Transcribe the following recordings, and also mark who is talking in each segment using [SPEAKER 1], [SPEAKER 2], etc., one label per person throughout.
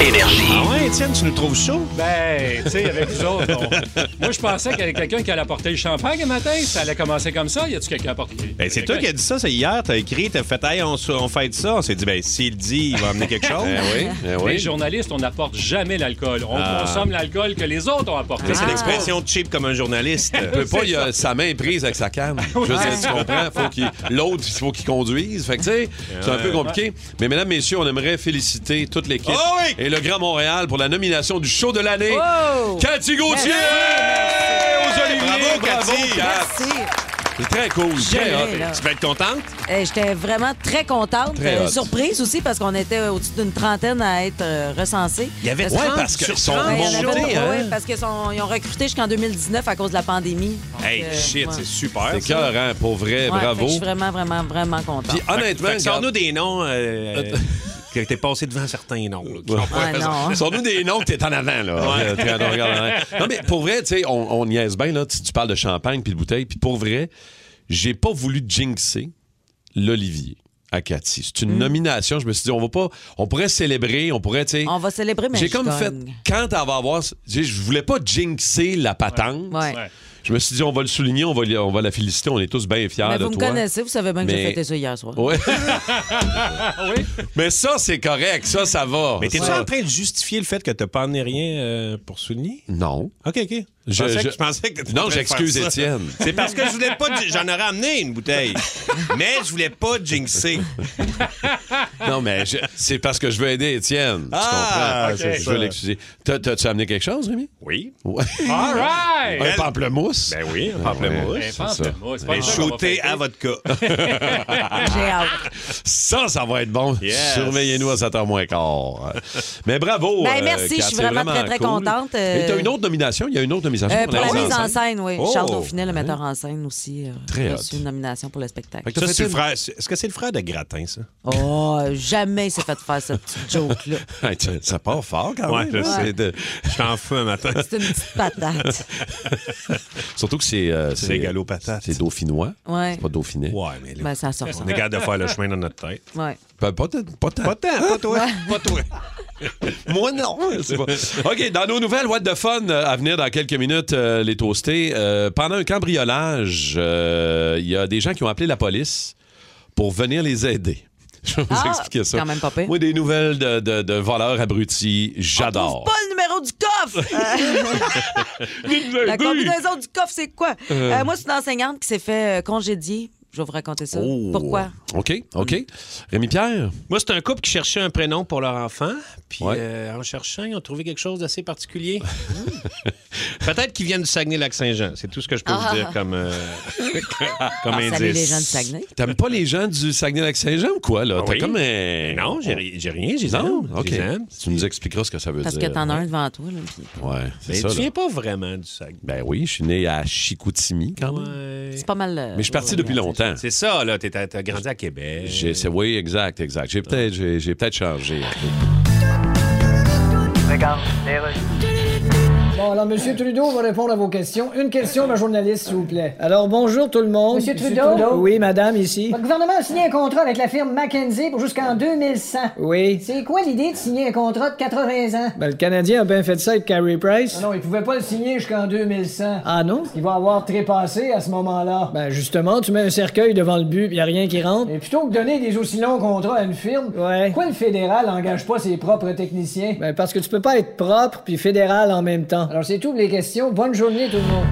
[SPEAKER 1] Énergie.
[SPEAKER 2] Ah ouais, Étienne, tu nous trouves chaud?
[SPEAKER 3] Ben, tu sais, avec vous autres, on- moi, je pensais qu'il y avait quelqu'un qui allait apporter le champagne le matin. Ça allait commencer comme ça. Y a-tu quelqu'un à apporter?
[SPEAKER 2] Ben, c'est toi qui as dit ça, c'est hier, t'as écrit, t'as fait, hey, on, se- on fête ça. On s'est dit, ben, s'il dit, il va amener quelque chose.
[SPEAKER 4] oui, eh
[SPEAKER 3] Les
[SPEAKER 4] oui.
[SPEAKER 3] journalistes, on n'apporte jamais l'alcool. On
[SPEAKER 2] Ah.
[SPEAKER 3] consomme l'alcool que les autres ont apporté. Ah.
[SPEAKER 2] Ça, c'est l'expression cheap comme un journaliste.
[SPEAKER 4] Il peut pas, il a sa main prise avec sa canne. Je veux dire, tu comprends? Faut qu'il, l'autre, il faut qu'il conduise. Fait que, tu sais, c'est un peu compliqué. Mais, mesdames, messieurs, on aimerait féliciter toute l'équipe
[SPEAKER 2] Oh oui!
[SPEAKER 4] et le Grand Montréal pour la nomination du show de l'année.
[SPEAKER 5] Oh!
[SPEAKER 4] Cathy Gauthier! Aux Oliviers!
[SPEAKER 2] Bravo,
[SPEAKER 4] Bravo,
[SPEAKER 2] Cathy!
[SPEAKER 4] Kat.
[SPEAKER 5] Merci.
[SPEAKER 4] C'est très cool, très
[SPEAKER 5] Gêné,
[SPEAKER 4] hot.
[SPEAKER 5] là.
[SPEAKER 2] Tu vas être contente?
[SPEAKER 3] Euh,
[SPEAKER 5] Eh, J'étais vraiment très contente.
[SPEAKER 4] Très
[SPEAKER 5] Euh,
[SPEAKER 4] hot.
[SPEAKER 5] surprise aussi parce qu'on était au-dessus d'une trentaine à être euh, recensés.
[SPEAKER 2] Il y avait
[SPEAKER 5] Parce-
[SPEAKER 2] 30
[SPEAKER 5] Ouais,
[SPEAKER 2] parce que
[SPEAKER 5] sur
[SPEAKER 2] sont
[SPEAKER 5] 30, il y en avait
[SPEAKER 2] montés,
[SPEAKER 5] beaucoup,
[SPEAKER 2] hein.
[SPEAKER 5] ouais, parce qu'ils ont recruté jusqu'en 2019 à cause de la pandémie. Donc,
[SPEAKER 2] Hey,
[SPEAKER 5] euh,
[SPEAKER 2] shit,
[SPEAKER 5] ouais.
[SPEAKER 2] c'est super.
[SPEAKER 4] C'est
[SPEAKER 2] ça.
[SPEAKER 4] cœur, hein, pour
[SPEAKER 2] Eh,
[SPEAKER 4] vrai,
[SPEAKER 5] Ouais, fait que
[SPEAKER 4] bravo.
[SPEAKER 5] Je suis vraiment, vraiment, vraiment contente.
[SPEAKER 4] Puis honnêtement,
[SPEAKER 2] Fait que
[SPEAKER 4] regarde-
[SPEAKER 2] Sors-nous des noms euh, que t'es passé devant certains noms. là, qui sont pas-
[SPEAKER 5] Ah, non. hein.
[SPEAKER 4] Sors-nous des noms que t'es en avant, là. Euh, tiens, non, regarde, hein. Non, mais pour vrai, tu sais, on, on niaise bien, là. Tu, tu parles de champagne puis de bouteille. Puis pour vrai, j'ai pas voulu jinxer l'Olivier à Cathy. C'est
[SPEAKER 5] Hmm.
[SPEAKER 4] une nomination. Je me suis dit, on va pas. On pourrait célébrer, on pourrait, tu sais.
[SPEAKER 5] On va célébrer, mais
[SPEAKER 4] J'ai
[SPEAKER 5] je
[SPEAKER 4] comme
[SPEAKER 5] gagne.
[SPEAKER 4] fait. Quand elle va avoir. j'ai- Je voulais pas jinxer la patente.
[SPEAKER 5] Ouais.
[SPEAKER 3] Ouais.
[SPEAKER 4] Je me suis dit, on va le souligner, on va, li- on va la féliciter. On est tous bien fiers
[SPEAKER 5] Mais
[SPEAKER 4] de
[SPEAKER 5] vous me
[SPEAKER 4] toi.
[SPEAKER 5] connaissez, vous savez bien que
[SPEAKER 4] Mais-
[SPEAKER 5] j'ai fêté ça hier soir.
[SPEAKER 4] Ouais.
[SPEAKER 3] oui?
[SPEAKER 4] Mais ça, c'est correct. Ça, ça va.
[SPEAKER 2] Mais t'es-tu
[SPEAKER 4] Ça-
[SPEAKER 2] en train de justifier le fait que t'as pas amené rien euh, pour souligner?
[SPEAKER 4] Non.
[SPEAKER 2] OK, OK. Je,
[SPEAKER 4] Je-
[SPEAKER 2] pensais que-
[SPEAKER 4] je-
[SPEAKER 2] je pensais que t'étais
[SPEAKER 4] Non,
[SPEAKER 2] en train de
[SPEAKER 4] j'excuse
[SPEAKER 2] faire ça.
[SPEAKER 4] Étienne.
[SPEAKER 2] C'est parce que je voulais pas. gi- J'en aurais amené une bouteille. mais je voulais pas jinxer.
[SPEAKER 4] Non, mais je- c'est parce que je veux aider Étienne.
[SPEAKER 2] Ah,
[SPEAKER 4] tu comprends?
[SPEAKER 3] ok.
[SPEAKER 4] Je veux l'excuser. T'as- T'as-tu amené quelque chose, Rémi?
[SPEAKER 2] Oui.
[SPEAKER 4] Ouais.
[SPEAKER 3] All right!
[SPEAKER 4] Un pamplemousse?
[SPEAKER 2] Ben oui, un pamplemousse.
[SPEAKER 3] Ben, pense
[SPEAKER 4] ça.
[SPEAKER 3] à moi, c'est pas
[SPEAKER 2] Et
[SPEAKER 3] grave, on va
[SPEAKER 2] shooter
[SPEAKER 3] fêter.
[SPEAKER 2] à vodka.
[SPEAKER 5] J'ai hâte.
[SPEAKER 4] Ça, ça va être bon.
[SPEAKER 2] Yes.
[SPEAKER 4] Surveillez-nous à 7h moins quart. Mais bravo.
[SPEAKER 5] Ben,
[SPEAKER 4] euh,
[SPEAKER 5] merci,
[SPEAKER 4] Kat,
[SPEAKER 5] je suis
[SPEAKER 4] c'est
[SPEAKER 5] vraiment très, très
[SPEAKER 4] cool.
[SPEAKER 5] contente, euh,
[SPEAKER 4] Et t'as une autre nomination? Il y a une autre nomination
[SPEAKER 5] Euh, pour la mise en scène, oui.
[SPEAKER 4] Oh.
[SPEAKER 5] Charles Dauphinet, le metteur en scène aussi, euh,
[SPEAKER 4] Très
[SPEAKER 5] a reçu
[SPEAKER 4] hot.
[SPEAKER 5] une nomination pour le spectacle.
[SPEAKER 4] Fait que
[SPEAKER 2] Ça,
[SPEAKER 4] t'as fait
[SPEAKER 2] c'est le
[SPEAKER 4] une-
[SPEAKER 2] frère. c'est- Est-ce que c'est le frère de Gratin, ça?
[SPEAKER 5] Oh, jamais il s'est fait faire cette petite joke-là.
[SPEAKER 4] Hey, tu- Ça part fort quand
[SPEAKER 2] Ouais,
[SPEAKER 4] même.
[SPEAKER 2] je
[SPEAKER 4] hein?
[SPEAKER 2] sais.
[SPEAKER 4] C'est de-
[SPEAKER 2] Je t'en fous un matin.
[SPEAKER 5] C'est une petite patate.
[SPEAKER 4] Surtout que c'est. euh,
[SPEAKER 2] C'est gallo-patate.
[SPEAKER 4] C'est dauphinois.
[SPEAKER 5] Ouais.
[SPEAKER 4] C'est pas dauphinet.
[SPEAKER 2] Ouais, mais là,
[SPEAKER 5] Ben, ça sort ça.
[SPEAKER 2] on est capable de faire le chemin dans notre tête.
[SPEAKER 5] Ouais.
[SPEAKER 4] Ben, Pas, pas, tant- pas tant.
[SPEAKER 2] Pas tant, pas toi. Pas toi.
[SPEAKER 4] Moi, non. C'est pas- OK, dans nos nouvelles, what the fun euh, à venir dans quelques minutes, euh, les toastés. Euh, pendant un cambriolage, euh, il y a des gens qui ont appelé la police pour venir les aider. Je vais vous
[SPEAKER 5] Ah,
[SPEAKER 4] expliquer ça.
[SPEAKER 5] quand même pas pire.
[SPEAKER 4] Moi, des nouvelles de, de- de voleurs abrutis,
[SPEAKER 5] Trouve
[SPEAKER 4] j'adore.
[SPEAKER 5] pas le numéro du coffre! Euh, La combinaison du coffre, c'est quoi? Euh, moi, c'est une enseignante qui s'est fait euh, congédier. Je vais vous raconter ça.
[SPEAKER 4] Oh.
[SPEAKER 5] Pourquoi?
[SPEAKER 4] OK, OK. Rémi-Pierre,
[SPEAKER 6] Moi, c'est un couple qui cherchait un prénom pour leur enfant. Puis
[SPEAKER 4] Ouais.
[SPEAKER 6] euh, en cherchant, ils ont trouvé quelque chose d'assez particulier. Hmm. Peut-être qu'ils viennent du Saguenay-Lac-Saint-Jean. C'est tout ce que je peux vous
[SPEAKER 5] Ah.
[SPEAKER 6] dire comme, euh, comme indice.
[SPEAKER 5] Salut les gens du Saguenay.
[SPEAKER 4] t'aimes pas les gens du Saguenay-Lac-Saint-Jean ou quoi, là?
[SPEAKER 6] Ah
[SPEAKER 4] T'as
[SPEAKER 6] oui.
[SPEAKER 4] comme euh, un...
[SPEAKER 6] Non, j'ai ri- j'ai rien, j'ai
[SPEAKER 4] Non?
[SPEAKER 6] ça.
[SPEAKER 4] OK. Tu nous expliqueras ce que ça veut
[SPEAKER 5] Parce que
[SPEAKER 4] dire.
[SPEAKER 5] t'en as un devant toi. Là, puis-
[SPEAKER 4] Ouais, c'est
[SPEAKER 6] Mais
[SPEAKER 4] ça.
[SPEAKER 6] Ben, tu
[SPEAKER 4] là.
[SPEAKER 6] viens pas vraiment du Saguenay.
[SPEAKER 4] Ben oui, je suis né à Chicoutimi quand même.
[SPEAKER 6] Ouais.
[SPEAKER 5] C'est pas mal. euh,
[SPEAKER 4] Mais je suis parti depuis longtemps.
[SPEAKER 6] C'est ça, là. T'es- T'as t'as grandi à Québec.
[SPEAKER 4] J'ai- c'est- oui, exact, exact. J'ai peut-être j'ai, j'ai peut-être changé. un peu.
[SPEAKER 7] Bon, alors, Monsieur Trudeau va répondre à vos questions. Une question, ma journaliste, s'il vous plaît. Alors, bonjour tout le monde. Monsieur Trudeau? Oui, madame, ici. Votre gouvernement a signé un contrat avec la firme McKenzie pour jusqu'en 2100. Oui. C'est quoi l'idée de signer un contrat de 80 ans? Ben, le Canadien a bien fait ça avec Carey Price. Ah Non, non, il pouvait pas le signer jusqu'en 2100. Ah non? Il va avoir trépassé à ce moment-là. Ben, justement, tu mets un cercueil devant le but, il y a rien qui rentre. Et plutôt que donner des aussi longs contrats à une firme, pourquoi le fédéral engage pas ses propres techniciens? Ben, parce que tu peux pas être propre puis fédéral en même temps. Alors, c'est toutes les questions. Bonne journée, tout le monde.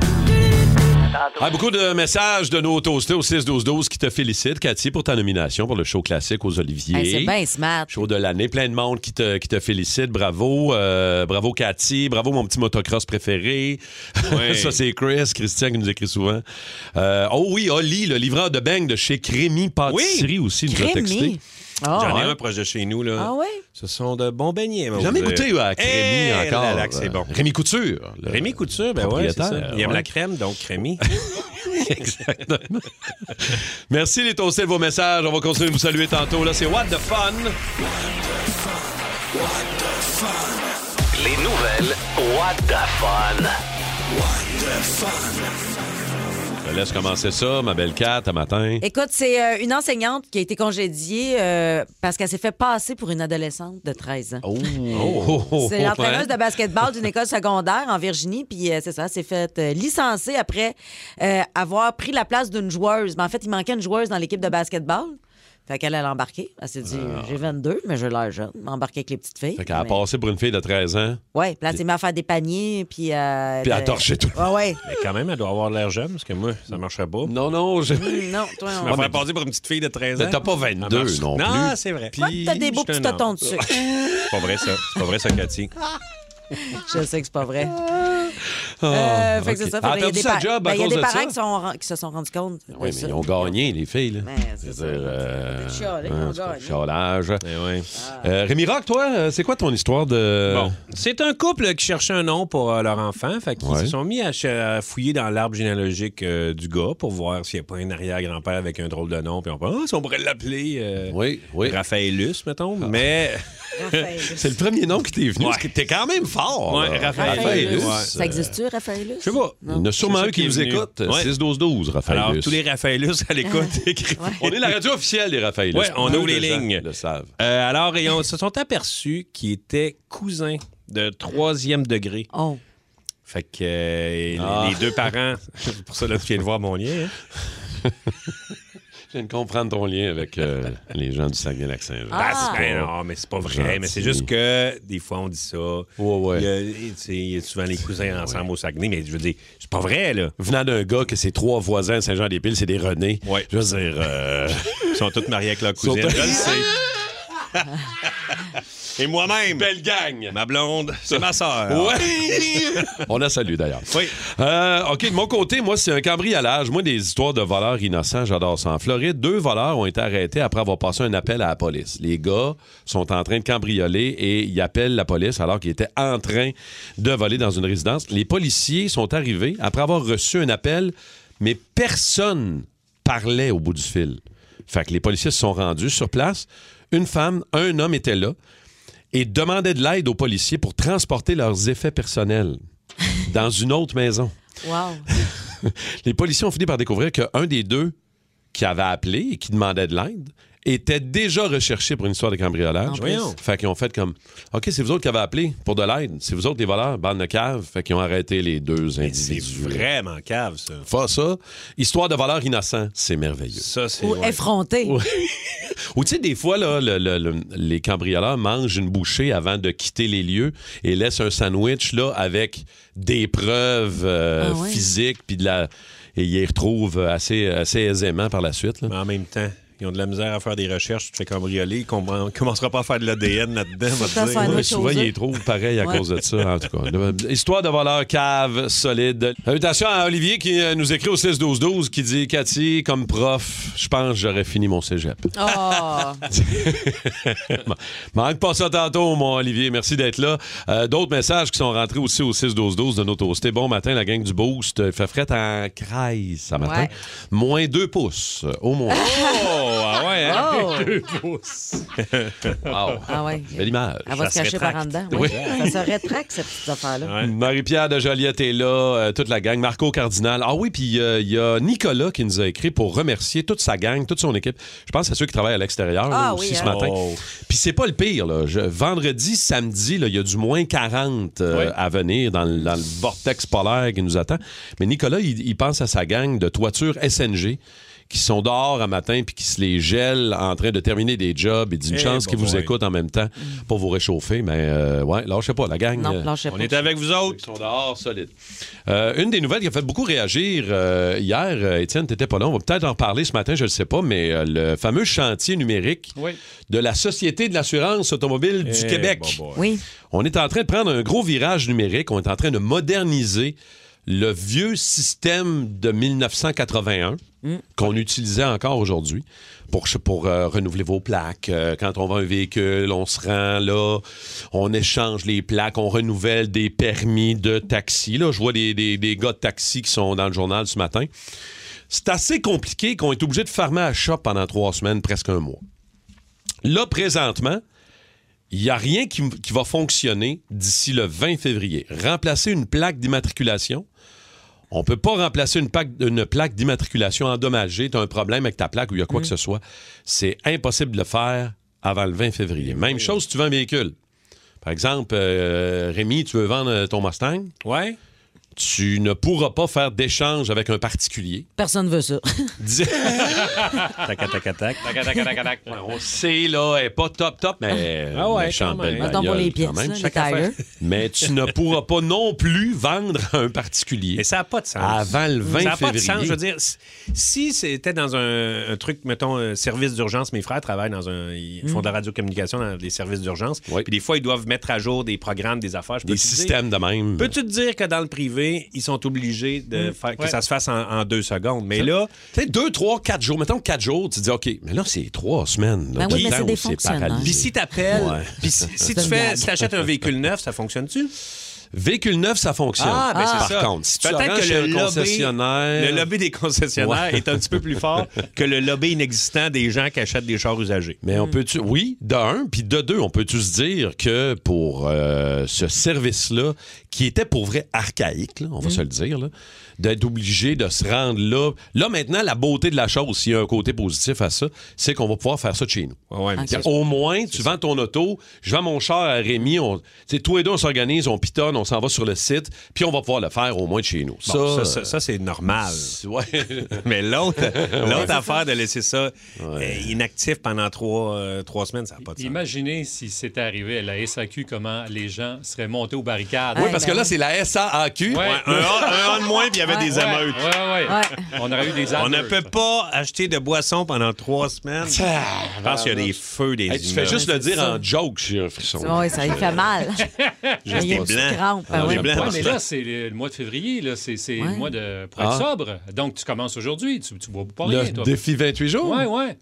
[SPEAKER 4] Ah, beaucoup de messages de nos toastés au 6-12-12 qui te félicitent, Cathy, pour ta nomination pour le show classique aux Oliviers.
[SPEAKER 5] Hey, c'est bien smart.
[SPEAKER 4] Show de l'année, plein de monde qui te, qui te félicite. Bravo. euh, bravo, Cathy. Bravo, mon petit motocross préféré. Ça, c'est Chris, Christian qui nous écrit souvent. Euh, oh oui, Oli, le livreur de bang de chez Crémy Pâtisserie aussi, nous a texté.
[SPEAKER 5] Crémy. Ah,
[SPEAKER 2] J'en ai
[SPEAKER 5] ouais.
[SPEAKER 2] un proche de chez nous, là.
[SPEAKER 5] Ah oui?
[SPEAKER 2] Ce sont de bons beignets, moi,
[SPEAKER 4] J'ai Jamais
[SPEAKER 2] vous dire.
[SPEAKER 4] goûté euh, à Crémy
[SPEAKER 2] Eh,
[SPEAKER 4] encore. euh,
[SPEAKER 2] là, là, que c'est bon.
[SPEAKER 4] Rémi Couture. le-
[SPEAKER 2] Rémi Couture, ben ouais, c'est
[SPEAKER 4] Propriétaire,
[SPEAKER 2] ça. Il aime
[SPEAKER 4] ouais.
[SPEAKER 2] la crème, donc Rémi.
[SPEAKER 4] Exactement. Merci les toastés de vos messages. On va continuer de vous saluer tantôt. Là, c'est What the Fun.
[SPEAKER 1] Les nouvelles. What the fun.
[SPEAKER 4] te laisse commencer ça, ma belle Kat, à matin.
[SPEAKER 5] Écoute, c'est euh, une enseignante qui a été congédiée euh, parce qu'elle s'est fait passer pour une adolescente de 13 ans.
[SPEAKER 4] oh, oh,
[SPEAKER 5] C'est l'entraîneuse
[SPEAKER 4] hein?
[SPEAKER 5] de basketball d'une école secondaire en Virginie, puis euh, c'est ça, elle s'est fait euh, licencier après euh, avoir pris la place d'une joueuse. Mais en fait, il manquait une joueuse dans l'équipe de basketball. Fait qu'elle elle a embarqué. Elle s'est dit J'ai 22, mais j'ai l'air jeune. M'embarquer avec les petites filles.
[SPEAKER 4] Ah. Fait qu'elle a
[SPEAKER 5] Mais-
[SPEAKER 4] passé pour une fille de 13 ans.
[SPEAKER 5] Ouais, puis là, elle s'est mise à faire des paniers, puis. euh,
[SPEAKER 4] Puis à
[SPEAKER 5] de-
[SPEAKER 4] torcher tout.
[SPEAKER 5] Ouais, ouais.
[SPEAKER 6] Mais quand même, elle doit avoir l'air jeune, parce que moi, ça marcherait pas.
[SPEAKER 4] Non, non, je...
[SPEAKER 5] Non, toi,
[SPEAKER 2] Je
[SPEAKER 5] on.
[SPEAKER 2] me faire passer pour une petite fille de 13 ans.
[SPEAKER 4] t'as pas
[SPEAKER 2] Ça
[SPEAKER 4] 22
[SPEAKER 2] marche.
[SPEAKER 4] non plus.
[SPEAKER 5] Ah,
[SPEAKER 2] Non, Ah, c'est vrai.
[SPEAKER 5] Toi, t'as des beaux
[SPEAKER 2] je suis
[SPEAKER 5] petits
[SPEAKER 2] un homme.
[SPEAKER 5] totons de sucre.
[SPEAKER 2] C'est pas vrai, ça. C'est pas vrai, ça, Cathy.
[SPEAKER 5] Je sais que c'est pas vrai.
[SPEAKER 4] Ah,
[SPEAKER 5] Euh, fait que c'est
[SPEAKER 4] ok.
[SPEAKER 5] ça.
[SPEAKER 4] Elle a
[SPEAKER 5] Fait que il y a
[SPEAKER 4] perdu
[SPEAKER 5] des,
[SPEAKER 4] sa
[SPEAKER 5] pa-
[SPEAKER 4] job à
[SPEAKER 5] ben, il y a
[SPEAKER 4] cause
[SPEAKER 5] des
[SPEAKER 4] de ça?
[SPEAKER 5] parents qui, sont ren- qui se sont rendus compte. de
[SPEAKER 4] Oui, mais
[SPEAKER 5] ça.
[SPEAKER 4] ils ont gagné, les filles. Là.
[SPEAKER 5] Ben, c'est ça.
[SPEAKER 4] C'est-à-dire, euh,
[SPEAKER 5] Ils ont tout chialé, ils ont
[SPEAKER 4] hein, c'est pas
[SPEAKER 5] gagné. Ah.
[SPEAKER 4] chialage.
[SPEAKER 2] Eh oui.
[SPEAKER 4] Euh, Rémi Rock, toi, euh, c'est quoi ton histoire de...
[SPEAKER 6] Bon, Euh, c'est un couple qui cherchait un nom pour euh, leur enfant, fait qu'ils
[SPEAKER 4] Ouais.
[SPEAKER 6] se sont mis à, ch- à fouiller dans l'arbre généalogique euh, du gars pour voir s'il n'y a pas un arrière-grand-père avec un drôle de nom, puis on pense, ah, si on pourrait l'appeler euh,
[SPEAKER 4] Oui, oui. Ah.
[SPEAKER 6] Raphaélus, mettons, mais...
[SPEAKER 5] Raphaël.
[SPEAKER 4] C'est le premier nom qui t'est venu.
[SPEAKER 6] Ouais.
[SPEAKER 4] parce que T'es quand même fort.
[SPEAKER 6] Ouais,
[SPEAKER 4] là.
[SPEAKER 6] Raphaël.
[SPEAKER 4] Raphaëlus.
[SPEAKER 6] Ouais.
[SPEAKER 5] Ça existe-tu, Raphaël?
[SPEAKER 6] Je sais pas.
[SPEAKER 4] Il y en a sûrement
[SPEAKER 6] C'est ça
[SPEAKER 4] eux qui
[SPEAKER 6] qui est
[SPEAKER 4] nous euh,
[SPEAKER 6] venu.
[SPEAKER 4] écoutent.
[SPEAKER 6] Ouais.
[SPEAKER 4] 6-12-12,
[SPEAKER 6] Alors,
[SPEAKER 4] Raphaëlus.
[SPEAKER 6] tous les Raphaélus à l'écoute, écrivez.
[SPEAKER 4] On est la radio officielle des Raphaëlus.
[SPEAKER 6] Ouais, on
[SPEAKER 4] Peu
[SPEAKER 6] ouvre
[SPEAKER 4] de
[SPEAKER 6] les
[SPEAKER 4] gens
[SPEAKER 6] lignes.
[SPEAKER 4] le savent.
[SPEAKER 6] Euh, alors, ils ont- se sont aperçus qu'ils étaient cousins de troisième degré.
[SPEAKER 5] Oh.
[SPEAKER 6] Fait que euh,
[SPEAKER 4] Ah.
[SPEAKER 6] les deux parents... c'est pour ça, là, tu viens de voir mon lien, hein.
[SPEAKER 4] Je viens de comprendre ton lien avec euh, les gens du Saguenay-Lac-Saint-Jean.
[SPEAKER 6] Ah,
[SPEAKER 5] Ah.
[SPEAKER 6] c'est ben non, mais c'est pas vrai.
[SPEAKER 4] Gentil.
[SPEAKER 6] Mais c'est juste que des fois, on dit ça.
[SPEAKER 4] ouais.
[SPEAKER 6] Il y a, tu sais, il y a souvent les cousins ensemble au Saguenay, mais je veux dire, c'est pas vrai, là.
[SPEAKER 4] Venant d'un gars que ses trois voisins à Saint-Jean-des-Piles, c'est des René.
[SPEAKER 6] Ouais.
[SPEAKER 4] Je veux dire... euh,
[SPEAKER 2] Ils sont tous mariés avec leur
[SPEAKER 4] sont-
[SPEAKER 2] cousine. Je le sais. Et moi-même.
[SPEAKER 4] Belle gang!
[SPEAKER 2] Ma blonde, c'est ma sœur.
[SPEAKER 4] Ouais! On la salue d'ailleurs.
[SPEAKER 2] Oui.
[SPEAKER 4] Euh, OK, de mon côté, moi, c'est un cambriolage. Moi, des histoires de voleurs innocents, j'adore ça. En Floride, deux voleurs ont été arrêtés après avoir passé un appel à la police. Les gars sont en train de cambrioler et ils appellent la police alors qu'ils étaient en train de voler dans une résidence. Les policiers sont arrivés après avoir reçu un appel, mais personne parlait au bout du fil. Fait que les policiers se sont rendus sur place. Une femme, un homme était là et demandaient de l'aide aux policiers pour transporter leurs effets personnels dans une autre maison.
[SPEAKER 5] Wow.
[SPEAKER 4] Les policiers ont fini par découvrir qu'un des deux qui avait appelé et qui demandait de l'aide était déjà recherché pour une histoire de cambriolage.
[SPEAKER 5] plus. Voyons.
[SPEAKER 4] Fait qu'ils ont fait comme OK, c'est vous autres qui avez appelé pour de l'aide. C'est vous autres les voleurs, bande de cave. Fait qu'ils ont arrêté les deux
[SPEAKER 2] Mais C'est
[SPEAKER 4] individus.
[SPEAKER 2] vraiment cave, ça.
[SPEAKER 4] Faut ça. Histoire de voleurs innocents, c'est merveilleux.
[SPEAKER 2] Ça, c'est.
[SPEAKER 5] Ou effronté.
[SPEAKER 4] Ou tu sais, des fois, là, le- le- le- les cambrioleurs mangent une bouchée avant de quitter les lieux et laissent un sandwich là, avec des preuves
[SPEAKER 5] Ah
[SPEAKER 4] euh,
[SPEAKER 5] ouais.
[SPEAKER 4] physiques puis de la... et ils les retrouvent assez, assez aisément par la suite. là.
[SPEAKER 2] Mais en même temps, ils ont de la misère à faire des recherches. Tu te fais cambrioler. On ne commencera pas à faire de l'ADN là-dedans. on va
[SPEAKER 5] Ça,
[SPEAKER 2] te
[SPEAKER 5] ça
[SPEAKER 2] dire.
[SPEAKER 4] Ouais,
[SPEAKER 5] autre
[SPEAKER 4] souvent,
[SPEAKER 5] chose,
[SPEAKER 4] ils
[SPEAKER 5] hein.
[SPEAKER 4] les trouvent pareil à
[SPEAKER 5] Ouais.
[SPEAKER 4] cause de ça, en tout cas. Le- Histoire de voleur cave solide. Invitation à Olivier qui euh, nous écrit au 6-12-12 qui dit Cathy, comme prof, je pense que j'aurais fini mon cégep.
[SPEAKER 5] Oh.
[SPEAKER 4] Man- Manque pas ça tantôt, mon Olivier. Merci d'être là. Euh, D'autres messages qui sont rentrés aussi au 6-12-12 de notre hosté. Bon matin, la gang du Boost. Il fait fret en craille ce matin.
[SPEAKER 5] Ouais.
[SPEAKER 4] Moins 2 pouces, euh, au moins.
[SPEAKER 2] Oh, ah ouais, hein?
[SPEAKER 5] Oh.
[SPEAKER 4] Wow.
[SPEAKER 5] Ah ouais.
[SPEAKER 4] Belle image.
[SPEAKER 5] Elle va
[SPEAKER 2] Ça
[SPEAKER 5] se
[SPEAKER 2] se
[SPEAKER 5] cacher par en
[SPEAKER 2] rétracte.
[SPEAKER 5] dedans. ouais. Ça se rétracte, cette petite affaire-là.
[SPEAKER 2] Ouais.
[SPEAKER 4] Marie-Pierre de Joliette est là, euh, toute la gang, Marco Cardinal. Ah oui, puis euh, il y a Nicolas qui nous a écrit pour remercier toute sa gang, toute son équipe. Je pense à ceux qui travaillent à l'extérieur
[SPEAKER 5] Ah
[SPEAKER 4] là,
[SPEAKER 5] oui,
[SPEAKER 4] aussi ce
[SPEAKER 5] hein.
[SPEAKER 4] matin.
[SPEAKER 2] Oh.
[SPEAKER 4] Puis c'est pas le pire. Là. Je- vendredi, samedi, là, il y a du moins 40 euh, à venir dans, le- dans le vortex polaire qui nous attend. Mais Nicolas, il, il pense à sa gang de toiture SNG qui sont dehors à matin puis qui se les gèlent en train de terminer des jobs. Il dit une
[SPEAKER 2] Eh,
[SPEAKER 4] chance qu'ils
[SPEAKER 2] bah,
[SPEAKER 4] vous
[SPEAKER 2] ouais.
[SPEAKER 4] écoutent en même temps pour vous réchauffer. Mais euh, ouais, lâchez pas, la gang.
[SPEAKER 5] Non,
[SPEAKER 4] euh,
[SPEAKER 5] lâchez pas.
[SPEAKER 2] On est avec vous autres.
[SPEAKER 4] ils sont dehors solides. Euh, une des nouvelles qui a fait beaucoup réagir euh, hier, euh, Étienne, t'étais pas là. On va peut-être en parler ce matin, je ne sais pas, mais euh, le fameux chantier numérique
[SPEAKER 3] Oui.
[SPEAKER 4] de la Société de l'assurance automobile du
[SPEAKER 6] Eh,
[SPEAKER 4] Québec.
[SPEAKER 6] bon boy.
[SPEAKER 5] Oui.
[SPEAKER 4] On est en train de prendre un gros virage numérique. On est en train de moderniser le vieux système de 1981 qu'on utilisait encore aujourd'hui pour, ch- pour euh, renouveler vos plaques. Euh, quand on vend un véhicule, on se rend là, on échange les plaques, on renouvelle des permis de taxi. Là, je vois des, des- des gars de taxi qui sont dans le journal ce matin. C'est assez compliqué qu'on est obligé de farmer à shop pendant trois semaines, presque un mois. Là, présentement, il n'y a rien qui, qui va fonctionner d'ici le 20 février. Remplacer une plaque d'immatriculation, On peut pas remplacer une, plaque- une plaque d'immatriculation endommagée. Tu as un problème avec ta plaque ou il y a quoi
[SPEAKER 2] Mm.
[SPEAKER 4] que ce soit. C'est impossible de le faire avant le 20 février. Même chose si tu vends un véhicule. Par exemple, euh, Rémi, tu veux vendre euh, ton Mustang.
[SPEAKER 3] Ouais.
[SPEAKER 4] Tu ne pourras pas faire d'échange avec un particulier.
[SPEAKER 5] Personne veut ça.
[SPEAKER 4] Dis-
[SPEAKER 2] Tac, tac, tac, tac.
[SPEAKER 4] on sait, là, elle est pas top, top, mais
[SPEAKER 3] Ah ouais,
[SPEAKER 4] méchante
[SPEAKER 3] quand même.
[SPEAKER 4] belle
[SPEAKER 5] Mettons pour les
[SPEAKER 4] bagnole,
[SPEAKER 5] pièces,
[SPEAKER 4] quand même.
[SPEAKER 5] là, les
[SPEAKER 4] Chaque affaire.
[SPEAKER 5] tires.
[SPEAKER 4] Mais tu ne pourras pas non plus vendre à un particulier
[SPEAKER 2] Et ça n'a pas de sens.
[SPEAKER 4] avant le 20
[SPEAKER 2] ça n'a pas de
[SPEAKER 4] février.
[SPEAKER 2] sens. Je veux dire, si- si c'était dans un, un truc, mettons, un service d'urgence, mes frères travaillent dans un. Ils font de
[SPEAKER 5] Hmm.
[SPEAKER 2] la radiocommunication dans des services d'urgence.
[SPEAKER 4] Oui.
[SPEAKER 2] Puis des fois, ils doivent mettre à jour des programmes, des affaires. Je peux
[SPEAKER 4] des
[SPEAKER 2] te dire-
[SPEAKER 4] systèmes de même.
[SPEAKER 2] Peux-tu te dire que dans le privé, ils sont obligés de faire, que
[SPEAKER 3] Ouais.
[SPEAKER 2] ça se fasse en, en deux secondes? Mais là,
[SPEAKER 4] Mmh. Tu sais, deux, trois, quatre jours. Mettons quatre jours, tu te dis, OK, mais là, c'est trois semaines. là,
[SPEAKER 5] Ben oui,
[SPEAKER 4] de
[SPEAKER 5] mais c'est
[SPEAKER 4] temps
[SPEAKER 5] des
[SPEAKER 4] où
[SPEAKER 5] fonctionnaires.
[SPEAKER 4] paralysé.
[SPEAKER 2] puis si t'appelles,
[SPEAKER 4] Ouais.
[SPEAKER 2] puis si, si tu
[SPEAKER 5] une
[SPEAKER 2] fais,
[SPEAKER 5] blague.
[SPEAKER 2] si t'achètes un véhicule neuf, ça fonctionne-tu?
[SPEAKER 4] Véhicule neuf, ça fonctionne.
[SPEAKER 2] Ah, ben, c'est
[SPEAKER 4] Par
[SPEAKER 2] ça.
[SPEAKER 4] contre, si tu
[SPEAKER 2] Peut-être
[SPEAKER 4] arranges
[SPEAKER 2] que
[SPEAKER 4] chez
[SPEAKER 2] le
[SPEAKER 4] un
[SPEAKER 2] lobby-
[SPEAKER 4] concessionnaire...
[SPEAKER 2] Le lobby des concessionnaires
[SPEAKER 4] Ouais.
[SPEAKER 2] est un petit peu plus fort que le lobby inexistant des gens qui achètent des chars usagés.
[SPEAKER 4] Mais Ben,
[SPEAKER 5] Hmm.
[SPEAKER 4] on peut-tu. Oui, de un, puis de deux, on peut-tu se dire que pour euh, ce service-là, qui était pour vrai archaïque, là, on va
[SPEAKER 5] Hmm.
[SPEAKER 4] se le dire, là, d'être obligé de se rendre là. Là, maintenant, la beauté de la chose, s'il y a un côté positif à ça, c'est qu'on va pouvoir faire ça de chez nous.
[SPEAKER 2] Ouais, mais
[SPEAKER 5] Ok.
[SPEAKER 2] ça,
[SPEAKER 4] Au moins, tu vends ton auto, je vends mon char à Rémi, on, tu sais, tous les deux, on s'organise, on pitonne, on s'en va sur le site, puis on va pouvoir le faire au moins de chez nous.
[SPEAKER 2] Bon, ça,
[SPEAKER 4] ça,
[SPEAKER 2] ça- ça, c'est normal.
[SPEAKER 4] c'est- ouais.
[SPEAKER 2] Mais l'autre l'autre affaire de laisser ça euh, inactif pendant trois, euh, trois semaines, ça n'a pas de sens.
[SPEAKER 3] Imaginez si c'était arrivé à la SAQ, comment les gens seraient montés aux barricades.
[SPEAKER 4] Oui,
[SPEAKER 5] Ouais,
[SPEAKER 4] parce
[SPEAKER 5] ben
[SPEAKER 4] que là,
[SPEAKER 5] oui.
[SPEAKER 4] c'est la SAAQ.
[SPEAKER 3] Ouais.
[SPEAKER 2] Ouais, un, an, un an de moins, puis il y avait des
[SPEAKER 3] Ouais,
[SPEAKER 2] émeutes.
[SPEAKER 3] ouais, ouais.
[SPEAKER 5] Ouais.
[SPEAKER 3] On aurait eu des
[SPEAKER 2] On ne
[SPEAKER 3] after.
[SPEAKER 2] peut pas acheter de boissons pendant trois semaines. Je pense qu'il y a des feux, des
[SPEAKER 4] Hey, tu fais
[SPEAKER 2] immeubles.
[SPEAKER 4] juste le dire
[SPEAKER 5] ça.
[SPEAKER 4] en joke, j'ai un frisson.
[SPEAKER 5] Oui, ça il fait mal.
[SPEAKER 2] Juste
[SPEAKER 5] Il y a
[SPEAKER 2] des
[SPEAKER 5] une petite
[SPEAKER 2] blancs.
[SPEAKER 5] crampe, ah
[SPEAKER 2] Des
[SPEAKER 5] oui.
[SPEAKER 2] blancs.
[SPEAKER 3] Ouais, mais là, c'est le le mois de février, là, c'est c'est
[SPEAKER 5] Ouais.
[SPEAKER 3] le mois de pour être
[SPEAKER 4] Ah.
[SPEAKER 3] sobre. Donc, tu commences aujourd'hui, tu, tu bois pas
[SPEAKER 4] Le
[SPEAKER 3] rien, toi.
[SPEAKER 4] défi 28 jours?
[SPEAKER 3] Ouais, ouais.